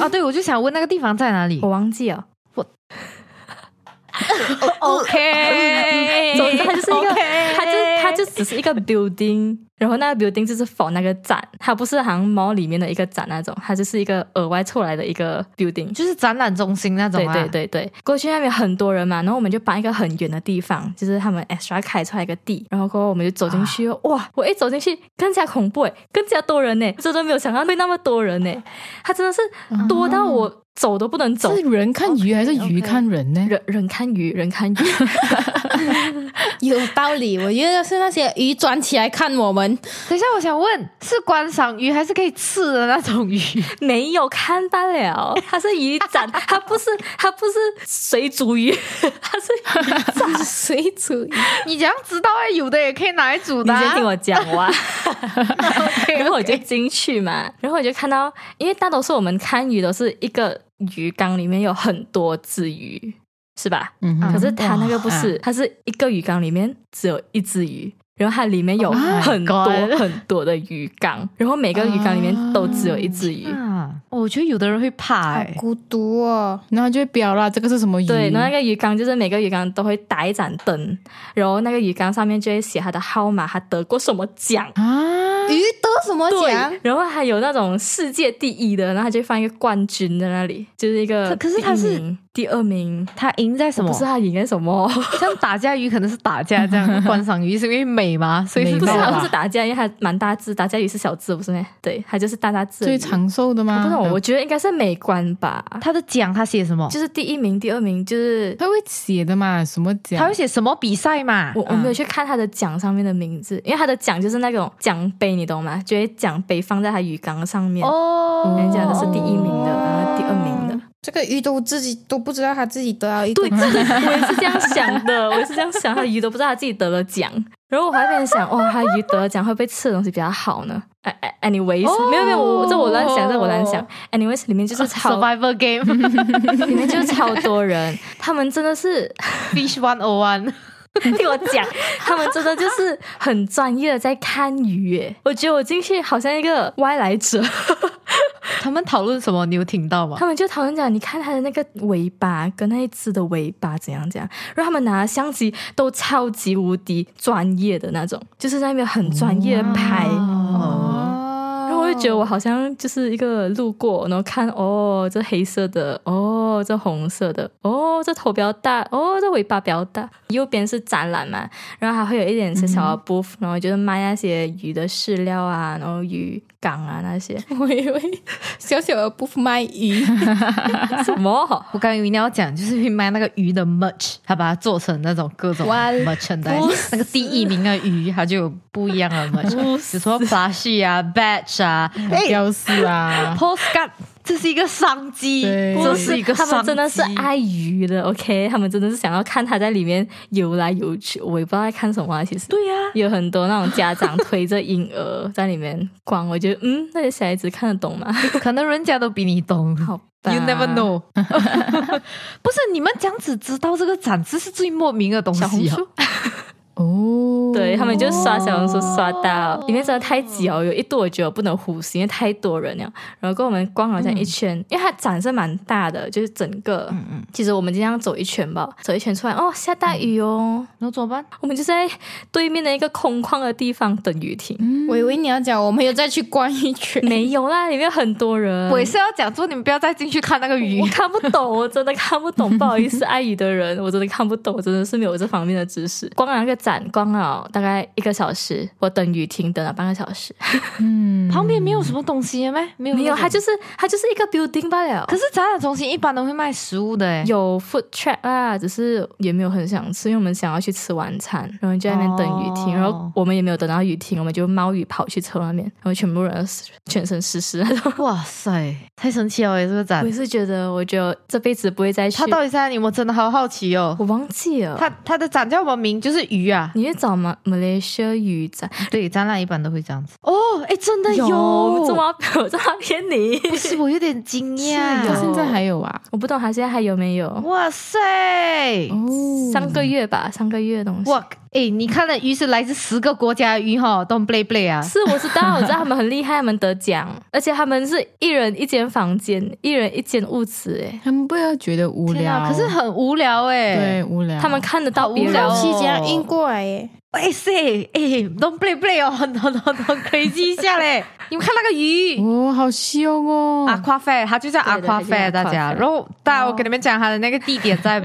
Speaker 1: 啊，对，我就想问那个地方在哪里
Speaker 4: 我忘记了。
Speaker 1: ？OK，
Speaker 4: 总之，它就是一个
Speaker 1: OK
Speaker 4: 它就它就只是一个 building，然后那个 building 就是 for 那个展，它不是好像 mall 里面的一个展那种，它就是一个额外出来的一个 building。
Speaker 1: 就是展览中心那种啊。
Speaker 4: 对对对对，过去那边很多人嘛，然后我们就搬一个很远的地方，就是他们 extra 开出来一个地，然后过后我们就走进去，哇！我一走进去更加恐怖哎，更加多人呢，真的没有想到会那么多人呢，他真的是多到我走都不能走。
Speaker 2: 是人看鱼还是鱼看人呢？
Speaker 4: 人人看鱼，人看 鱼，
Speaker 3: 有道理，我觉得是那些鱼转起来看我们，
Speaker 1: 等一下，我想问，是观赏鱼还是可以吃的那种 鱼？
Speaker 4: 没有看罢了，它是鱼 展，它不是它不是水煮鱼， 它是鱼展。
Speaker 3: 水煮鱼。
Speaker 1: 你怎样知道啊？有的也可以拿来煮
Speaker 4: 你
Speaker 1: 的、啊。
Speaker 4: 先听我讲完。然
Speaker 1: OK，
Speaker 4: 后我就进去嘛，然后我就看到，因为大多数我们看鱼都是一个鱼缸里面有很多只鱼，是吧？
Speaker 2: 嗯哼，
Speaker 4: 可是它那个不是，它是一个鱼缸里面只有一只鱼，然后它里面有
Speaker 2: Oh my
Speaker 4: 很多
Speaker 2: God
Speaker 4: 很多的鱼缸，然后每个鱼缸里面都只有一只鱼。
Speaker 1: 啊，我觉得有的人会怕、
Speaker 3: 好
Speaker 1: 欸，
Speaker 3: 孤独哦，
Speaker 2: 然后就会标啦，这个是什么鱼？
Speaker 4: 对，然后那个鱼缸就是每个鱼缸都会打一盏灯，然后那个鱼缸上面就会写它的号码，它得过什么奖，
Speaker 2: 啊，
Speaker 3: 鱼得什么奖
Speaker 4: 对，？然后还有那种世界第一的，然后他就放一个冠军在那里，就是一个
Speaker 1: 可可是他是
Speaker 4: 第一名第二名，
Speaker 1: 他赢在什
Speaker 4: 我
Speaker 1: 么
Speaker 4: 不？是他赢了什么？
Speaker 1: 像打架鱼可能是打架这 样，观赏鱼是因为美嘛，所以是
Speaker 2: 美
Speaker 4: 不
Speaker 1: 这
Speaker 4: 是
Speaker 1: 样
Speaker 2: 吧
Speaker 4: 啊，不是打架，因为他蛮大只，打架鱼是小只，不是咩？对，他就是大大只。
Speaker 2: 最长寿的
Speaker 4: 我
Speaker 2: 吗？嗯
Speaker 4: 不懂，我觉得应该是美观吧，
Speaker 1: 他的奖他写什么？
Speaker 4: 就是第一名、第二名，就是
Speaker 2: 他会写的嘛，什么奖？
Speaker 1: 他会写什么比赛嘛？
Speaker 4: 我我没有去看他的奖上面的名字，因为他的奖就是那种奖杯，你懂吗？就会奖杯放在他鱼缸上面，
Speaker 1: 哦
Speaker 4: 人家的是第一名的，然后第二名的。
Speaker 3: 这个鱼都自己都不知道他自己得到一个
Speaker 4: 对，这个我也是这样想的，我也是这样想，他鱼都不知道他自己得了奖。然后我还在那边想，哇，他鱼得奖会不会吃的东西比较好呢哎哎？Anyways，、没有没有，我这我乱想，这我乱想。Anyways，里面就是超，
Speaker 1: Survivor Game
Speaker 4: 里面就是超多人，他们真的是
Speaker 1: Fish One O One，
Speaker 4: 听我讲，他们真的就是很专业的在看鱼耶。我觉得我进去好像一个外来者。
Speaker 1: 他们讨论什么？你有听到吗？
Speaker 4: 他们就讨论讲，你看它的那个尾巴跟那一只的尾巴怎样怎样，然后他们拿相机都超级无敌专业的那种，就是在那边很专业的拍。
Speaker 1: 哦，
Speaker 4: 然后我就觉得我好像就是一个路过，然后看哦，这黑色的，哦，这红色的，哦，这头比较大，哦，这尾巴比较大。右边是展览嘛，然后还会有一点小小的 booth，、然后就是卖那些鱼的饲料啊，然后鱼缸啊那些
Speaker 3: 我以为小小的不卖鱼，
Speaker 4: 什么。
Speaker 1: 我刚以为你要讲就是去卖那个鱼的 merch，他把它做成那种各种 merchandise，那个第一名的鱼，它就有不一样 的 merch，比如说 plushie 啊、badge 啊，哎、，
Speaker 2: 雕饰啊
Speaker 1: postcard，这是一个商机，
Speaker 2: 对
Speaker 1: 这是一个
Speaker 4: 他
Speaker 1: 商机。
Speaker 4: 们真的是爱鱼的，OK，他们真的是想要看它在里面游来游去，我也不知道在看什么、啊，其实。
Speaker 1: 对呀、
Speaker 4: 有很多那种家长推着婴儿在里面逛，我觉得嗯，那些小孩子看得 懂吗？
Speaker 1: 可能人家都比你懂。
Speaker 4: 好吧
Speaker 1: You never know，不是你们这样子知道这个展，这是最莫名的东
Speaker 4: 小红
Speaker 1: 西啊、
Speaker 4: 书，
Speaker 2: 哦，
Speaker 4: 对他们就刷小红书刷到，里面真的太挤哦，有一度我觉得我不能呼吸，因为太多人了。然后跟我们逛了这样一圈，
Speaker 1: 嗯
Speaker 4: 因为它展是蛮大的，就是整个，嗯嗯，其实我们就这样走一圈吧，走一圈出来，哦，下
Speaker 1: 嗯
Speaker 4: 大雨哦，
Speaker 1: 然后怎么办？
Speaker 4: 我们就在对面的一个空旷的地方等雨停。
Speaker 1: 嗯
Speaker 3: 我以为你要讲我们有再去逛一圈，
Speaker 4: 没有啦，里面很多人。
Speaker 1: 哎我也是要讲说，你们不要再进去看那个鱼
Speaker 4: 我。看不懂，我真的看不懂，不好意思，爱语的人，我真的看不懂，我真的是没有这方面的知识。光那个展，光了大概一个小时，我等雨停等了半个小时，
Speaker 2: 嗯，
Speaker 1: 旁边没有什么东哎西的咩？没有，。
Speaker 4: 没有，它就是是它就是一个 building 罢了。
Speaker 1: 可是展览中心一般都会卖食物的哎。
Speaker 4: 有 food track 啦，只是也没有很想吃，因为我们想要去吃晚餐，然后就在那边等雨停，
Speaker 1: 哦
Speaker 4: 然后我们也没有等到雨停，我们就冒雨跑去车那边，然后全部人都是全身湿湿的。
Speaker 1: 哇塞，太神奇了耶！欸这个展
Speaker 4: 我也，是觉得，我觉得这辈子不会再去。
Speaker 1: 它到底是在哪里？我真的好好奇哦。
Speaker 4: 我忘记了，
Speaker 1: 它它的展叫什么名？就是鱼啊。
Speaker 4: 你去找马马来西亚语展，
Speaker 1: 对，展览一般都会这样子。哦，哎，真的有，
Speaker 4: 这么 有这么骗你？
Speaker 1: 不是，我有点惊
Speaker 2: 到
Speaker 1: 讶。
Speaker 2: 现在还有啊，
Speaker 4: 我不懂他现在还有没有？
Speaker 1: 哇塞！
Speaker 2: 哦，
Speaker 4: 上个月吧，上个月的东西。
Speaker 1: 哇，哎，你看的鱼是来自十个国家的鱼哈，都 play play 啊。
Speaker 4: 是我知道，我知道他们很厉害，他们得奖，而且他们是一人一间房间，一人一间屋子，哎，
Speaker 2: 他们不要觉得无
Speaker 1: 天
Speaker 2: 聊，
Speaker 1: 啊，可是很无聊哎。
Speaker 2: 对无聊，
Speaker 4: 他们看得到别
Speaker 1: 无
Speaker 4: 人
Speaker 1: 聊哦
Speaker 3: 是这样运过来耶。
Speaker 1: 哎塞，哎，都 play play 哦， 很很很很 crazy 一下嘞。你们看那个鱼。
Speaker 2: 哦，好凶哦，
Speaker 1: 阿夸费，它就叫阿
Speaker 4: 对对
Speaker 1: 夸
Speaker 4: 它
Speaker 1: 费，
Speaker 4: 叫
Speaker 1: 大家。
Speaker 4: Aquafair
Speaker 1: 然后，大家我跟你们讲，它的那个地点在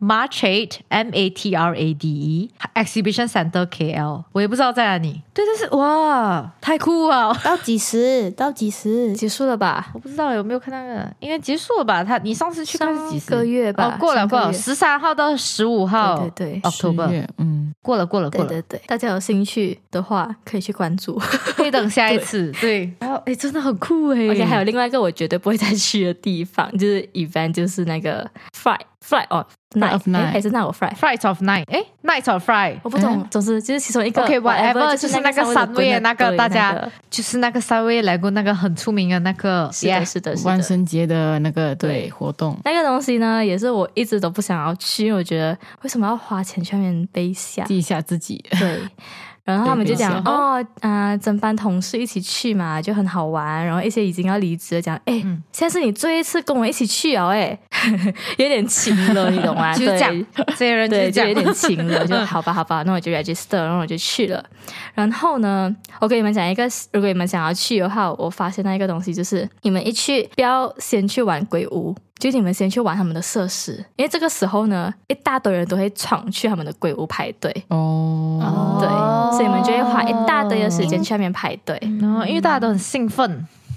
Speaker 1: Martrade M A T R A D E Exhibition Center K L，我也不知道在哪里。对，但是哇，太酷了！
Speaker 3: 到几时？到几时？
Speaker 4: 结束了吧？
Speaker 1: 我不知道有没有看那个，应该结束了吧？他你上次去看是几时
Speaker 4: 上个月吧
Speaker 1: 哦，过了
Speaker 4: 上个
Speaker 1: 过
Speaker 4: 月
Speaker 1: 了，十三号到十五号，
Speaker 4: 对对对
Speaker 2: 十
Speaker 1: October
Speaker 2: 月嗯，
Speaker 1: 过了过了过
Speaker 4: 对
Speaker 1: 了，
Speaker 4: 对对，大家有兴趣的话可以去关注。
Speaker 1: 可以等下一次。对，然后哎，真的很酷哎。
Speaker 4: 而且还有另外一个我绝对不会再去的地方，就是 event，就是那个 fly fly on night，
Speaker 2: of night
Speaker 4: 诶还是那我 fly。
Speaker 1: Fright of Night，哎，Night of Fright，
Speaker 4: 我不懂，总之就是其中一个
Speaker 1: 嗯 OK whatever，
Speaker 4: 就
Speaker 1: 就是是那个
Speaker 4: 稍微
Speaker 1: 三位
Speaker 4: 滚的
Speaker 1: 那个
Speaker 4: 对
Speaker 1: 大家
Speaker 4: 那个
Speaker 1: 就是那个三位来过那个很出名的那个，
Speaker 4: 是的，
Speaker 1: Yeah
Speaker 4: 是的，是
Speaker 2: 万
Speaker 4: 的。
Speaker 2: 圣节的那个对
Speaker 4: 对
Speaker 2: 活动，
Speaker 4: 那个东西呢，也是我一直都不想要去，因为我觉得为什么要花钱去那边背下？
Speaker 2: 记一下自己，
Speaker 4: 对。然后他们就
Speaker 2: 对
Speaker 4: 讲
Speaker 2: 背
Speaker 4: 哦，啊、整班同事一起去嘛，就很好玩。然后一些已经要离职的讲，哎、
Speaker 1: 嗯
Speaker 4: 现在是你最后一次跟我一起去哦，哎， 有点勤了，你懂 吗？
Speaker 1: 就是这样
Speaker 4: 对，
Speaker 1: 这些人就是
Speaker 4: 对，
Speaker 1: 这
Speaker 4: 就有
Speaker 1: 样。
Speaker 4: 点勤 了，就好吧，好吧，那我就 register，然后我就去了。然后呢，我给你们讲一个，如果你们想要去的话，我发现那一个东西就是，你们一去不要先去玩鬼屋。就你们先去玩他们的设施，因为这个时候呢，一大堆人都会闯去他们的鬼屋排队，
Speaker 2: 哦，
Speaker 4: 对，所以你们就会花一大堆的时间去那边排队。
Speaker 1: 然哦后因为大家都很兴奋，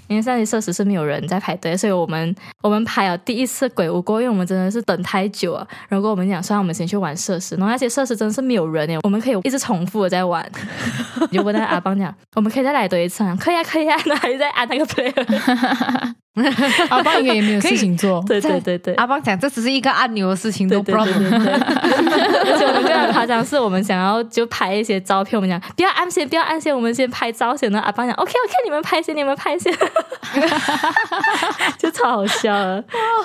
Speaker 4: 因为上级设施是没有人在排队，所以我们我们排了第一次鬼屋过，因为我们真的是等太久了。然后我们讲，算了，我们先去玩设施，然后那些设施真的是没有人耶，我们可以一直重复的在玩。 就问那个阿邦讲，我们可以再来多一次、啊，可以啊，可以啊，然后还在按那个 play。
Speaker 2: 阿爸应该也没有
Speaker 1: 可以
Speaker 2: 事情做，
Speaker 4: 对对对对。
Speaker 1: 阿邦讲这只是一个按钮的事情，no
Speaker 4: 对对
Speaker 1: problem
Speaker 4: 对。 对对，而且我们跟他夸张，是我们想要就拍一些照片，我们讲不要按先，不要按先，我们先拍照先。然后阿邦讲 OK OK，你们拍先，你们拍先， 就超好笑了。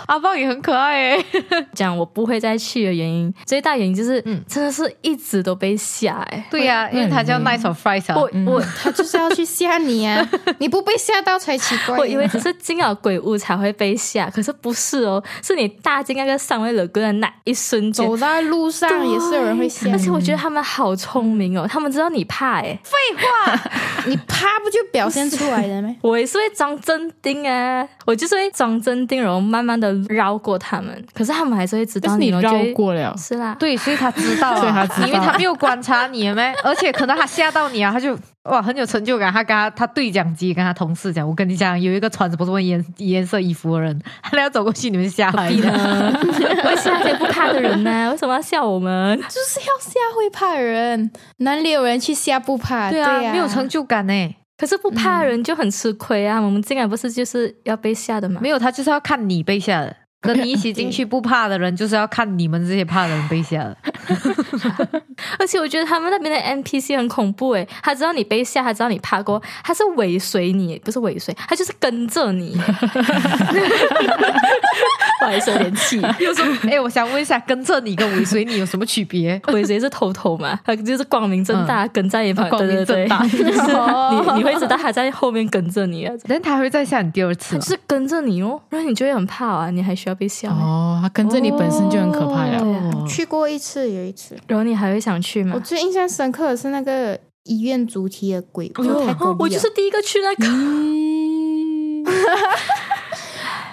Speaker 1: 阿邦也很可爱欸诶，
Speaker 4: 讲我不会再去的原因，最大原因就是，嗯，真的是一直都被吓哎、
Speaker 1: 对呀、因为他叫 Nice of Fries 啊
Speaker 4: 我。我
Speaker 3: 他就是要去吓你 啊！你不被吓到才奇怪。啊
Speaker 4: 我以为只是进了鬼屋才会被吓，可是不是哦，是你踏进那个三维冷宫的那一瞬间
Speaker 3: 走，在路上也是有人会吓
Speaker 4: 而，且我觉得他们好聪明哦，他们知道你怕哎、
Speaker 3: 你啪不就表现出来了吗？
Speaker 4: 我也是会装镇定啊，我就是会装镇定，然后慢慢的绕过他们，可是他们还是会知
Speaker 2: 但
Speaker 4: 道
Speaker 2: 是你
Speaker 4: 然后就
Speaker 2: 绕
Speaker 4: 会
Speaker 2: 过了，
Speaker 4: 是 啦，
Speaker 1: 对，所以他知道、啊，
Speaker 2: 所以他知道
Speaker 1: 因为他没有观察你了咩？而且可能他吓到你啊，他就哇很有成就感。他跟他他对讲机跟他同事讲，我跟你讲，有一个穿着不是么颜颜色衣服的人，他俩走过去，你们吓坏
Speaker 4: 逼
Speaker 1: 了。
Speaker 4: 呢，我是那些不怕的人呢、为什么要吓我
Speaker 2: 嗯
Speaker 4: 们？
Speaker 3: 就是要吓会怕的人，哪里有人去吓不怕？对
Speaker 1: 对啊，
Speaker 3: 呀
Speaker 1: 没有成就感呢、
Speaker 4: 可是不怕的人就很吃亏啊！我们进来不是就是要被吓的嘛？
Speaker 1: 没有，他就是要看你被吓的。跟你一起进 去不怕的人，就是要看你们这些怕的人被 吓的。
Speaker 4: 而且我觉得他们那边的 NPC 很恐怖诶，他知道你被吓，他知道你怕过，他是尾随你，不是尾随，他就是跟 着你。 不好意思，有点气。
Speaker 1: 就说，哎、我想问一下，跟着你跟尾随你有什么区 别？
Speaker 4: 尾随是偷偷嘛，他就是光明正大跟在你旁，
Speaker 1: 光明正大
Speaker 4: 对对对 就是你你会知道他在后面跟着你啊，
Speaker 1: 但他还会再吓你第二次
Speaker 4: 他
Speaker 1: 吗
Speaker 4: 就？是跟着你哦，然后你就会很怕啊，你还需要被吓吗？
Speaker 2: 哦，他跟着你本身就很可怕了。
Speaker 4: 对啊
Speaker 3: 去过一次，有一次，
Speaker 4: 然后你还会想去吗
Speaker 3: 我？最印象深刻的是那个医院主题的鬼屋，太诡异了
Speaker 4: 哦我就是第一个去那个。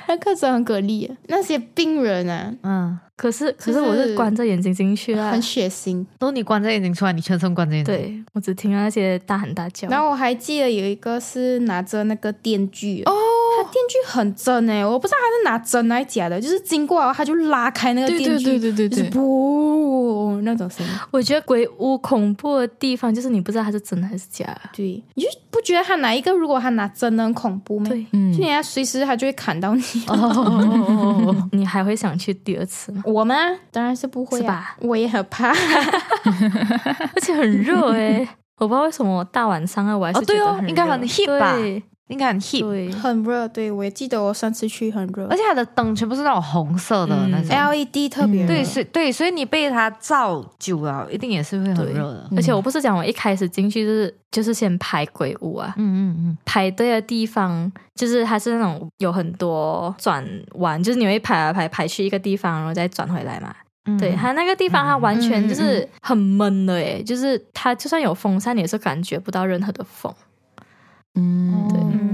Speaker 3: 那课程很给力，那些病人啊，
Speaker 1: 嗯，
Speaker 4: 可是
Speaker 3: 就
Speaker 4: 可是
Speaker 3: 是
Speaker 4: 我是关着眼睛进去啊
Speaker 3: 很，血腥。
Speaker 1: 都你关着眼睛出来，你全程关着眼睛。，
Speaker 4: 对我只听到那些大喊大叫。
Speaker 3: 然后我还记得有一个是拿着那个电锯哦，他电锯很真哎、我不知道他是拿真还是假的，就是经过他就拉开那个
Speaker 2: 对
Speaker 3: 电
Speaker 2: 对
Speaker 3: 锯，
Speaker 2: 对对对
Speaker 3: 就是
Speaker 2: 对，
Speaker 3: 不那种声音。
Speaker 4: 我觉得鬼屋恐怖的地方就是你不知道它是真的还是假的。
Speaker 3: 对，你就不觉得他拿一个，如果他拿真的很恐怖吗？
Speaker 4: 对，
Speaker 3: 就
Speaker 2: 嗯，
Speaker 3: 人家随时他就会砍到你。哦
Speaker 4: 你还会想去第二次吗？
Speaker 3: 我吗？当然是不会、啊，
Speaker 4: 是吧？
Speaker 3: 我也很怕，
Speaker 4: 而且很热哎、 我不知道为什么我大晚上啊，我还是
Speaker 1: 哦对哦
Speaker 4: 觉得很热
Speaker 1: 应该很 hip 吧
Speaker 4: 对
Speaker 1: 应该很 hip。
Speaker 4: 对，
Speaker 3: 很热。对，我也记得我上次去很热
Speaker 1: 而且它的灯全部是那种红色的
Speaker 4: 嗯
Speaker 1: 那种。
Speaker 3: ，LED 特别
Speaker 1: 哎
Speaker 3: 热。嗯
Speaker 1: 对，所以对，所以你被它照久了，一定也是会很
Speaker 4: 对
Speaker 1: 热的。
Speaker 4: 而且
Speaker 2: 嗯
Speaker 4: 我不是讲我一开始进去就是就是先排鬼屋啊，
Speaker 1: 嗯嗯嗯，
Speaker 4: 排队的地方就是它是那种有很多转弯，就是你会排啊排排去一个地方，然后再转回来嘛。
Speaker 1: 嗯
Speaker 4: 对，它那个地方它完全
Speaker 2: 嗯
Speaker 4: 就是很闷的诶，就是它就算有风扇，你也是感觉不到任何的风，
Speaker 2: 嗯，对，
Speaker 1: 嗯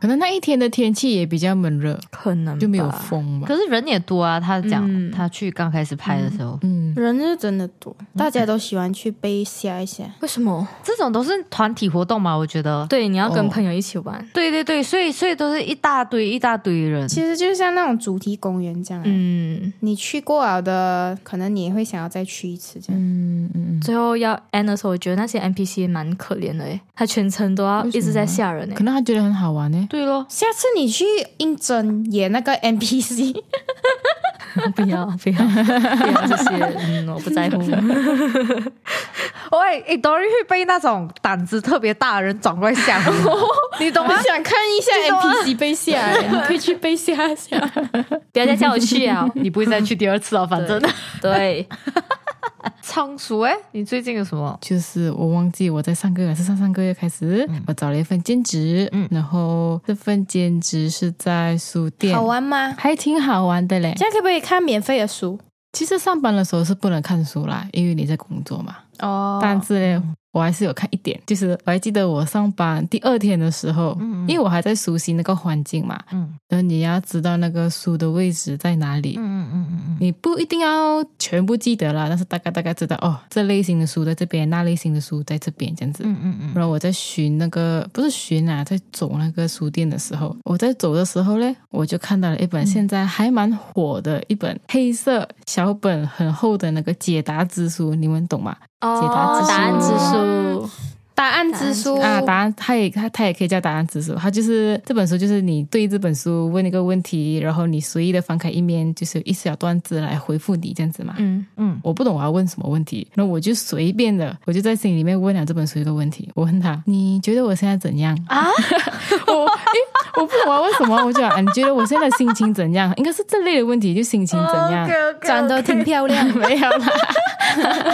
Speaker 2: 可能那一天的天气也比较闷热，
Speaker 4: 可能
Speaker 2: 就没有
Speaker 4: 嗯吧。
Speaker 2: 风吧。
Speaker 1: 可是人也多啊。他讲、
Speaker 4: 嗯
Speaker 1: 他去刚开始拍的时候，
Speaker 2: 嗯，
Speaker 3: 人是真的多，大家都喜欢去被吓一吓。
Speaker 4: 为什么？
Speaker 1: 这种都是团体活动嘛，我觉得。
Speaker 4: 对，你要跟
Speaker 2: 哦
Speaker 4: 朋友一起玩。
Speaker 1: 对对对，所以所以都是一大堆一大堆人。
Speaker 3: 其实就像那种主题公园这样、嗯，
Speaker 4: 嗯，
Speaker 3: 你去过了的，可能你也会想要再去一次这样。
Speaker 2: 嗯
Speaker 4: 最后要 end 的时候，我觉得那些 NPC 蛮可怜的诶，他全程都
Speaker 2: 啊
Speaker 4: 要一直在吓人欸
Speaker 2: 可
Speaker 4: 诶。
Speaker 2: 能他觉得很好玩呢。
Speaker 1: 对咯，
Speaker 3: 下次你去应征演那个 NPC，
Speaker 4: 不要不要不要这些，嗯，我不在乎。
Speaker 1: 喂，诶 d o r y 会被那种胆子特别大的人转过来吓唬 你，你懂吗
Speaker 3: 我？ 想看一下 NPC 被吓、你 可以去被吓一下。
Speaker 4: 不要再叫我去啊！
Speaker 1: 你不会再去第二次了，哦反正。
Speaker 4: 对，
Speaker 1: 仓鼠，哎，你最近有什么？
Speaker 2: 就是我忘记我在上个月还是上上个月开始，我找了一份兼职，然后这份兼职是在书店，
Speaker 3: 好玩吗？
Speaker 2: 还挺好玩的嘞
Speaker 3: 这。样可不可以看免费的书？
Speaker 2: 其实上班的时候是不能看书啦，因为你在工作嘛。
Speaker 3: 哦
Speaker 2: 但是呢，我还是有看一点，就是我还记得我上班第二天的时候，
Speaker 1: 嗯嗯
Speaker 2: 因为我还在熟悉那个环境嘛，
Speaker 1: 嗯
Speaker 2: 然后你要知道那个书的位置在哪里。
Speaker 1: 嗯嗯嗯嗯
Speaker 2: 你不一定要全部记得啦，但是大概大概知道哦，这类型的书在这边，那类型的书在这边，这样子。
Speaker 1: 嗯嗯嗯
Speaker 2: 然后我在寻那个不是寻啊，在走那个书店的时候，我在走的时候嘞，我就看到了一本现在还蛮火的一本黑色小本很厚的那个解答之书，你们懂吗？
Speaker 4: 哦
Speaker 2: 解答之书
Speaker 4: 答案之书，
Speaker 3: 答案之书
Speaker 2: 啊，答案它也它它也可以叫答案之书，它就是这本书，就是你对这本书问一个问题，然后你随意的翻开一面，就是一小段子来回复你这样子嘛。
Speaker 4: 嗯，
Speaker 1: 嗯，
Speaker 2: 我不懂我要问什么问题，那我就随便的，我就在心里面问了这本书一个问题，我问他，你觉得我现在怎样啊？ 我诶，我不懂我要问什么，我就讲、啊、你觉得我现在心情怎样？应该是这类的问题，就心情
Speaker 1: 嗯
Speaker 2: 怎
Speaker 1: 哦
Speaker 2: 样
Speaker 3: 长得挺漂亮的，
Speaker 2: 没有啦。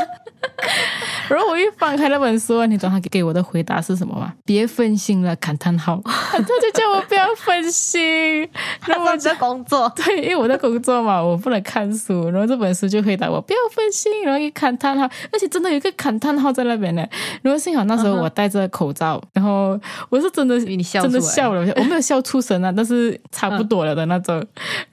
Speaker 2: 然后我一翻开那本书，你懂他给我的回答是什么吗？别分心了，感叹号！他就叫我不要分心。然后我
Speaker 1: 我在工作，
Speaker 2: 对，因为我在工作嘛，我不能看书，然后这本书就回答我不要分心，然后一个感叹号，而且真的有一个感叹号在那边呢。然后幸好那时候我戴着口罩，然后我是真的
Speaker 1: 你笑
Speaker 2: 真的
Speaker 1: 出来
Speaker 2: 笑了，我没有笑出声啊，但是差不多了的那种。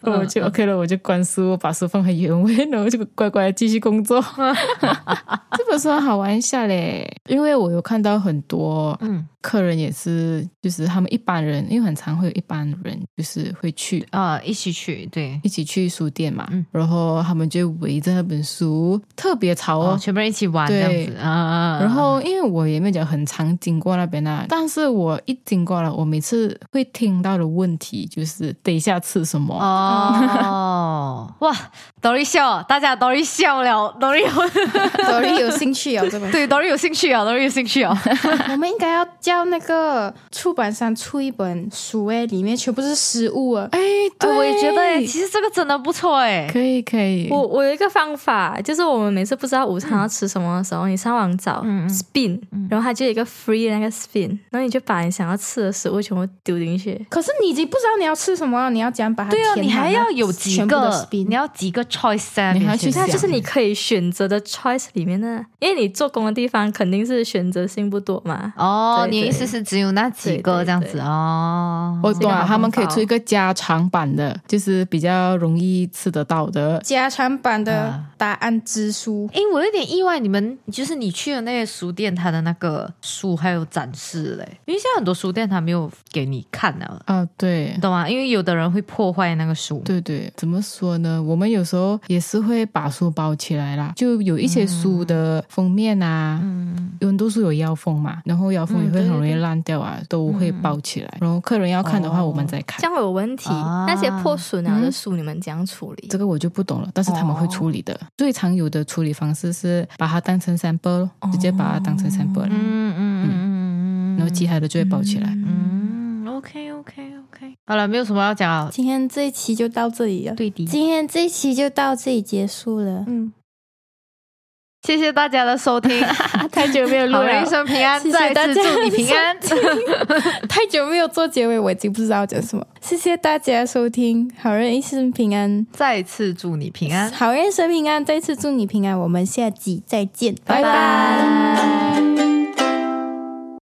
Speaker 2: 然后我就 OK 了，我就关书，我把书放回原位，然后就乖乖地继续工作。嗯 这本书很好玩一下嘞，因为我有看到很多
Speaker 1: 嗯
Speaker 2: 客人也是，就是他们一般人，因为很常会有一般人就是会去
Speaker 1: 啊，一起去，对，
Speaker 2: 一起去书店嘛，
Speaker 1: 嗯
Speaker 2: 然后他们就围着那本书，特别吵哦。
Speaker 1: 哦，全部人一起玩这样子
Speaker 2: 对
Speaker 1: 啊啊，啊
Speaker 2: 然后，因为我也没有讲很常经过那边啊，但是我一经过了，我每次会听到的问题就是等一下吃什么。
Speaker 1: 哦，哇，Dory 笑，大家 Dory 笑了，Dory 有
Speaker 3: 我有兴趣哦，这 本 书。
Speaker 1: 对 Dory 有兴趣啊，Dory 有兴趣啊，
Speaker 3: 我们应该要叫那个出版商出一本书，哎，里面全部是食物啊。
Speaker 2: 哎，对，
Speaker 1: 哦我也觉得耶，其实这个真的不错哎，
Speaker 2: 可以可以。
Speaker 4: 我我有一个方法，就是我们每次不知道午餐要吃什么的时候，你上网找 spin，、然后它就有一个 free 的那个 spin，然后你就把你想要吃的食物全部丢进去。
Speaker 3: 可是你已经不知道你要吃什么了，你要怎样把它
Speaker 1: 对啊，
Speaker 3: 填
Speaker 1: 你
Speaker 3: 满
Speaker 1: 还
Speaker 3: 那
Speaker 1: 要有几
Speaker 3: 全部的
Speaker 1: 个，
Speaker 3: spin
Speaker 1: 你要几个 choice 在那
Speaker 2: 你
Speaker 1: 边
Speaker 2: 还要去
Speaker 1: 选
Speaker 4: 那
Speaker 2: 想
Speaker 4: 就是你可以选择的 choice 里面的，因为你做工的地方肯定是选择性不多嘛。
Speaker 1: 哦，
Speaker 4: 对
Speaker 1: 你的
Speaker 4: 对
Speaker 1: 意思是只有那几个
Speaker 4: 对对
Speaker 1: 这样子
Speaker 4: 对
Speaker 1: 哦？
Speaker 2: 我懂啊了，他们可以出一
Speaker 1: 个
Speaker 2: 个加长版的，就是比较容易吃得到的。
Speaker 3: 加长版的答案之书。
Speaker 1: 哎，我有点意外，你们就是你去的那些书店，它的那个书还有展示嘞，因为现在很多书店它没有给你看啊，
Speaker 2: 啊，对
Speaker 1: 你，懂吗？因为有的人会破坏那个书，
Speaker 2: 对对，怎么说呢？我们有时候也是会把书包起来啦，就有一些书
Speaker 1: 嗯
Speaker 2: 的封面啊，有很多书有腰封嘛，然后腰封也会很容易烂掉啊，都会包起来。然后客人要看的话，我们再看。
Speaker 4: 这样会有问题，
Speaker 1: 啊
Speaker 4: 那些破损了的书你们怎样处理？
Speaker 2: 这个我就不懂了，但是他们会处理的。最常有的处理方式是把它当成 sample，咯、直接把它当成 sample，、
Speaker 1: 嗯嗯嗯嗯
Speaker 2: 然后其他的就会包起来。
Speaker 1: 嗯嗯，OK OK OK，好了，没有什么要讲了，
Speaker 3: 今天这一期就到这里了，
Speaker 1: 对的，
Speaker 5: 今天这一期就到这里结束了，
Speaker 3: 嗯，
Speaker 1: 谢谢大家的收听，
Speaker 2: 太久没有
Speaker 1: 好人一生平安，
Speaker 3: 谢谢
Speaker 1: 再
Speaker 3: 大
Speaker 1: 次
Speaker 3: 家
Speaker 1: 祝你平安。
Speaker 3: 太久没有做结尾，我已经不知道讲什么。谢谢大家收听，好人一生平安，
Speaker 1: 再次祝你平安。
Speaker 3: 好人一生平安，再次祝你平安，我们下集再见，拜
Speaker 1: 拜拜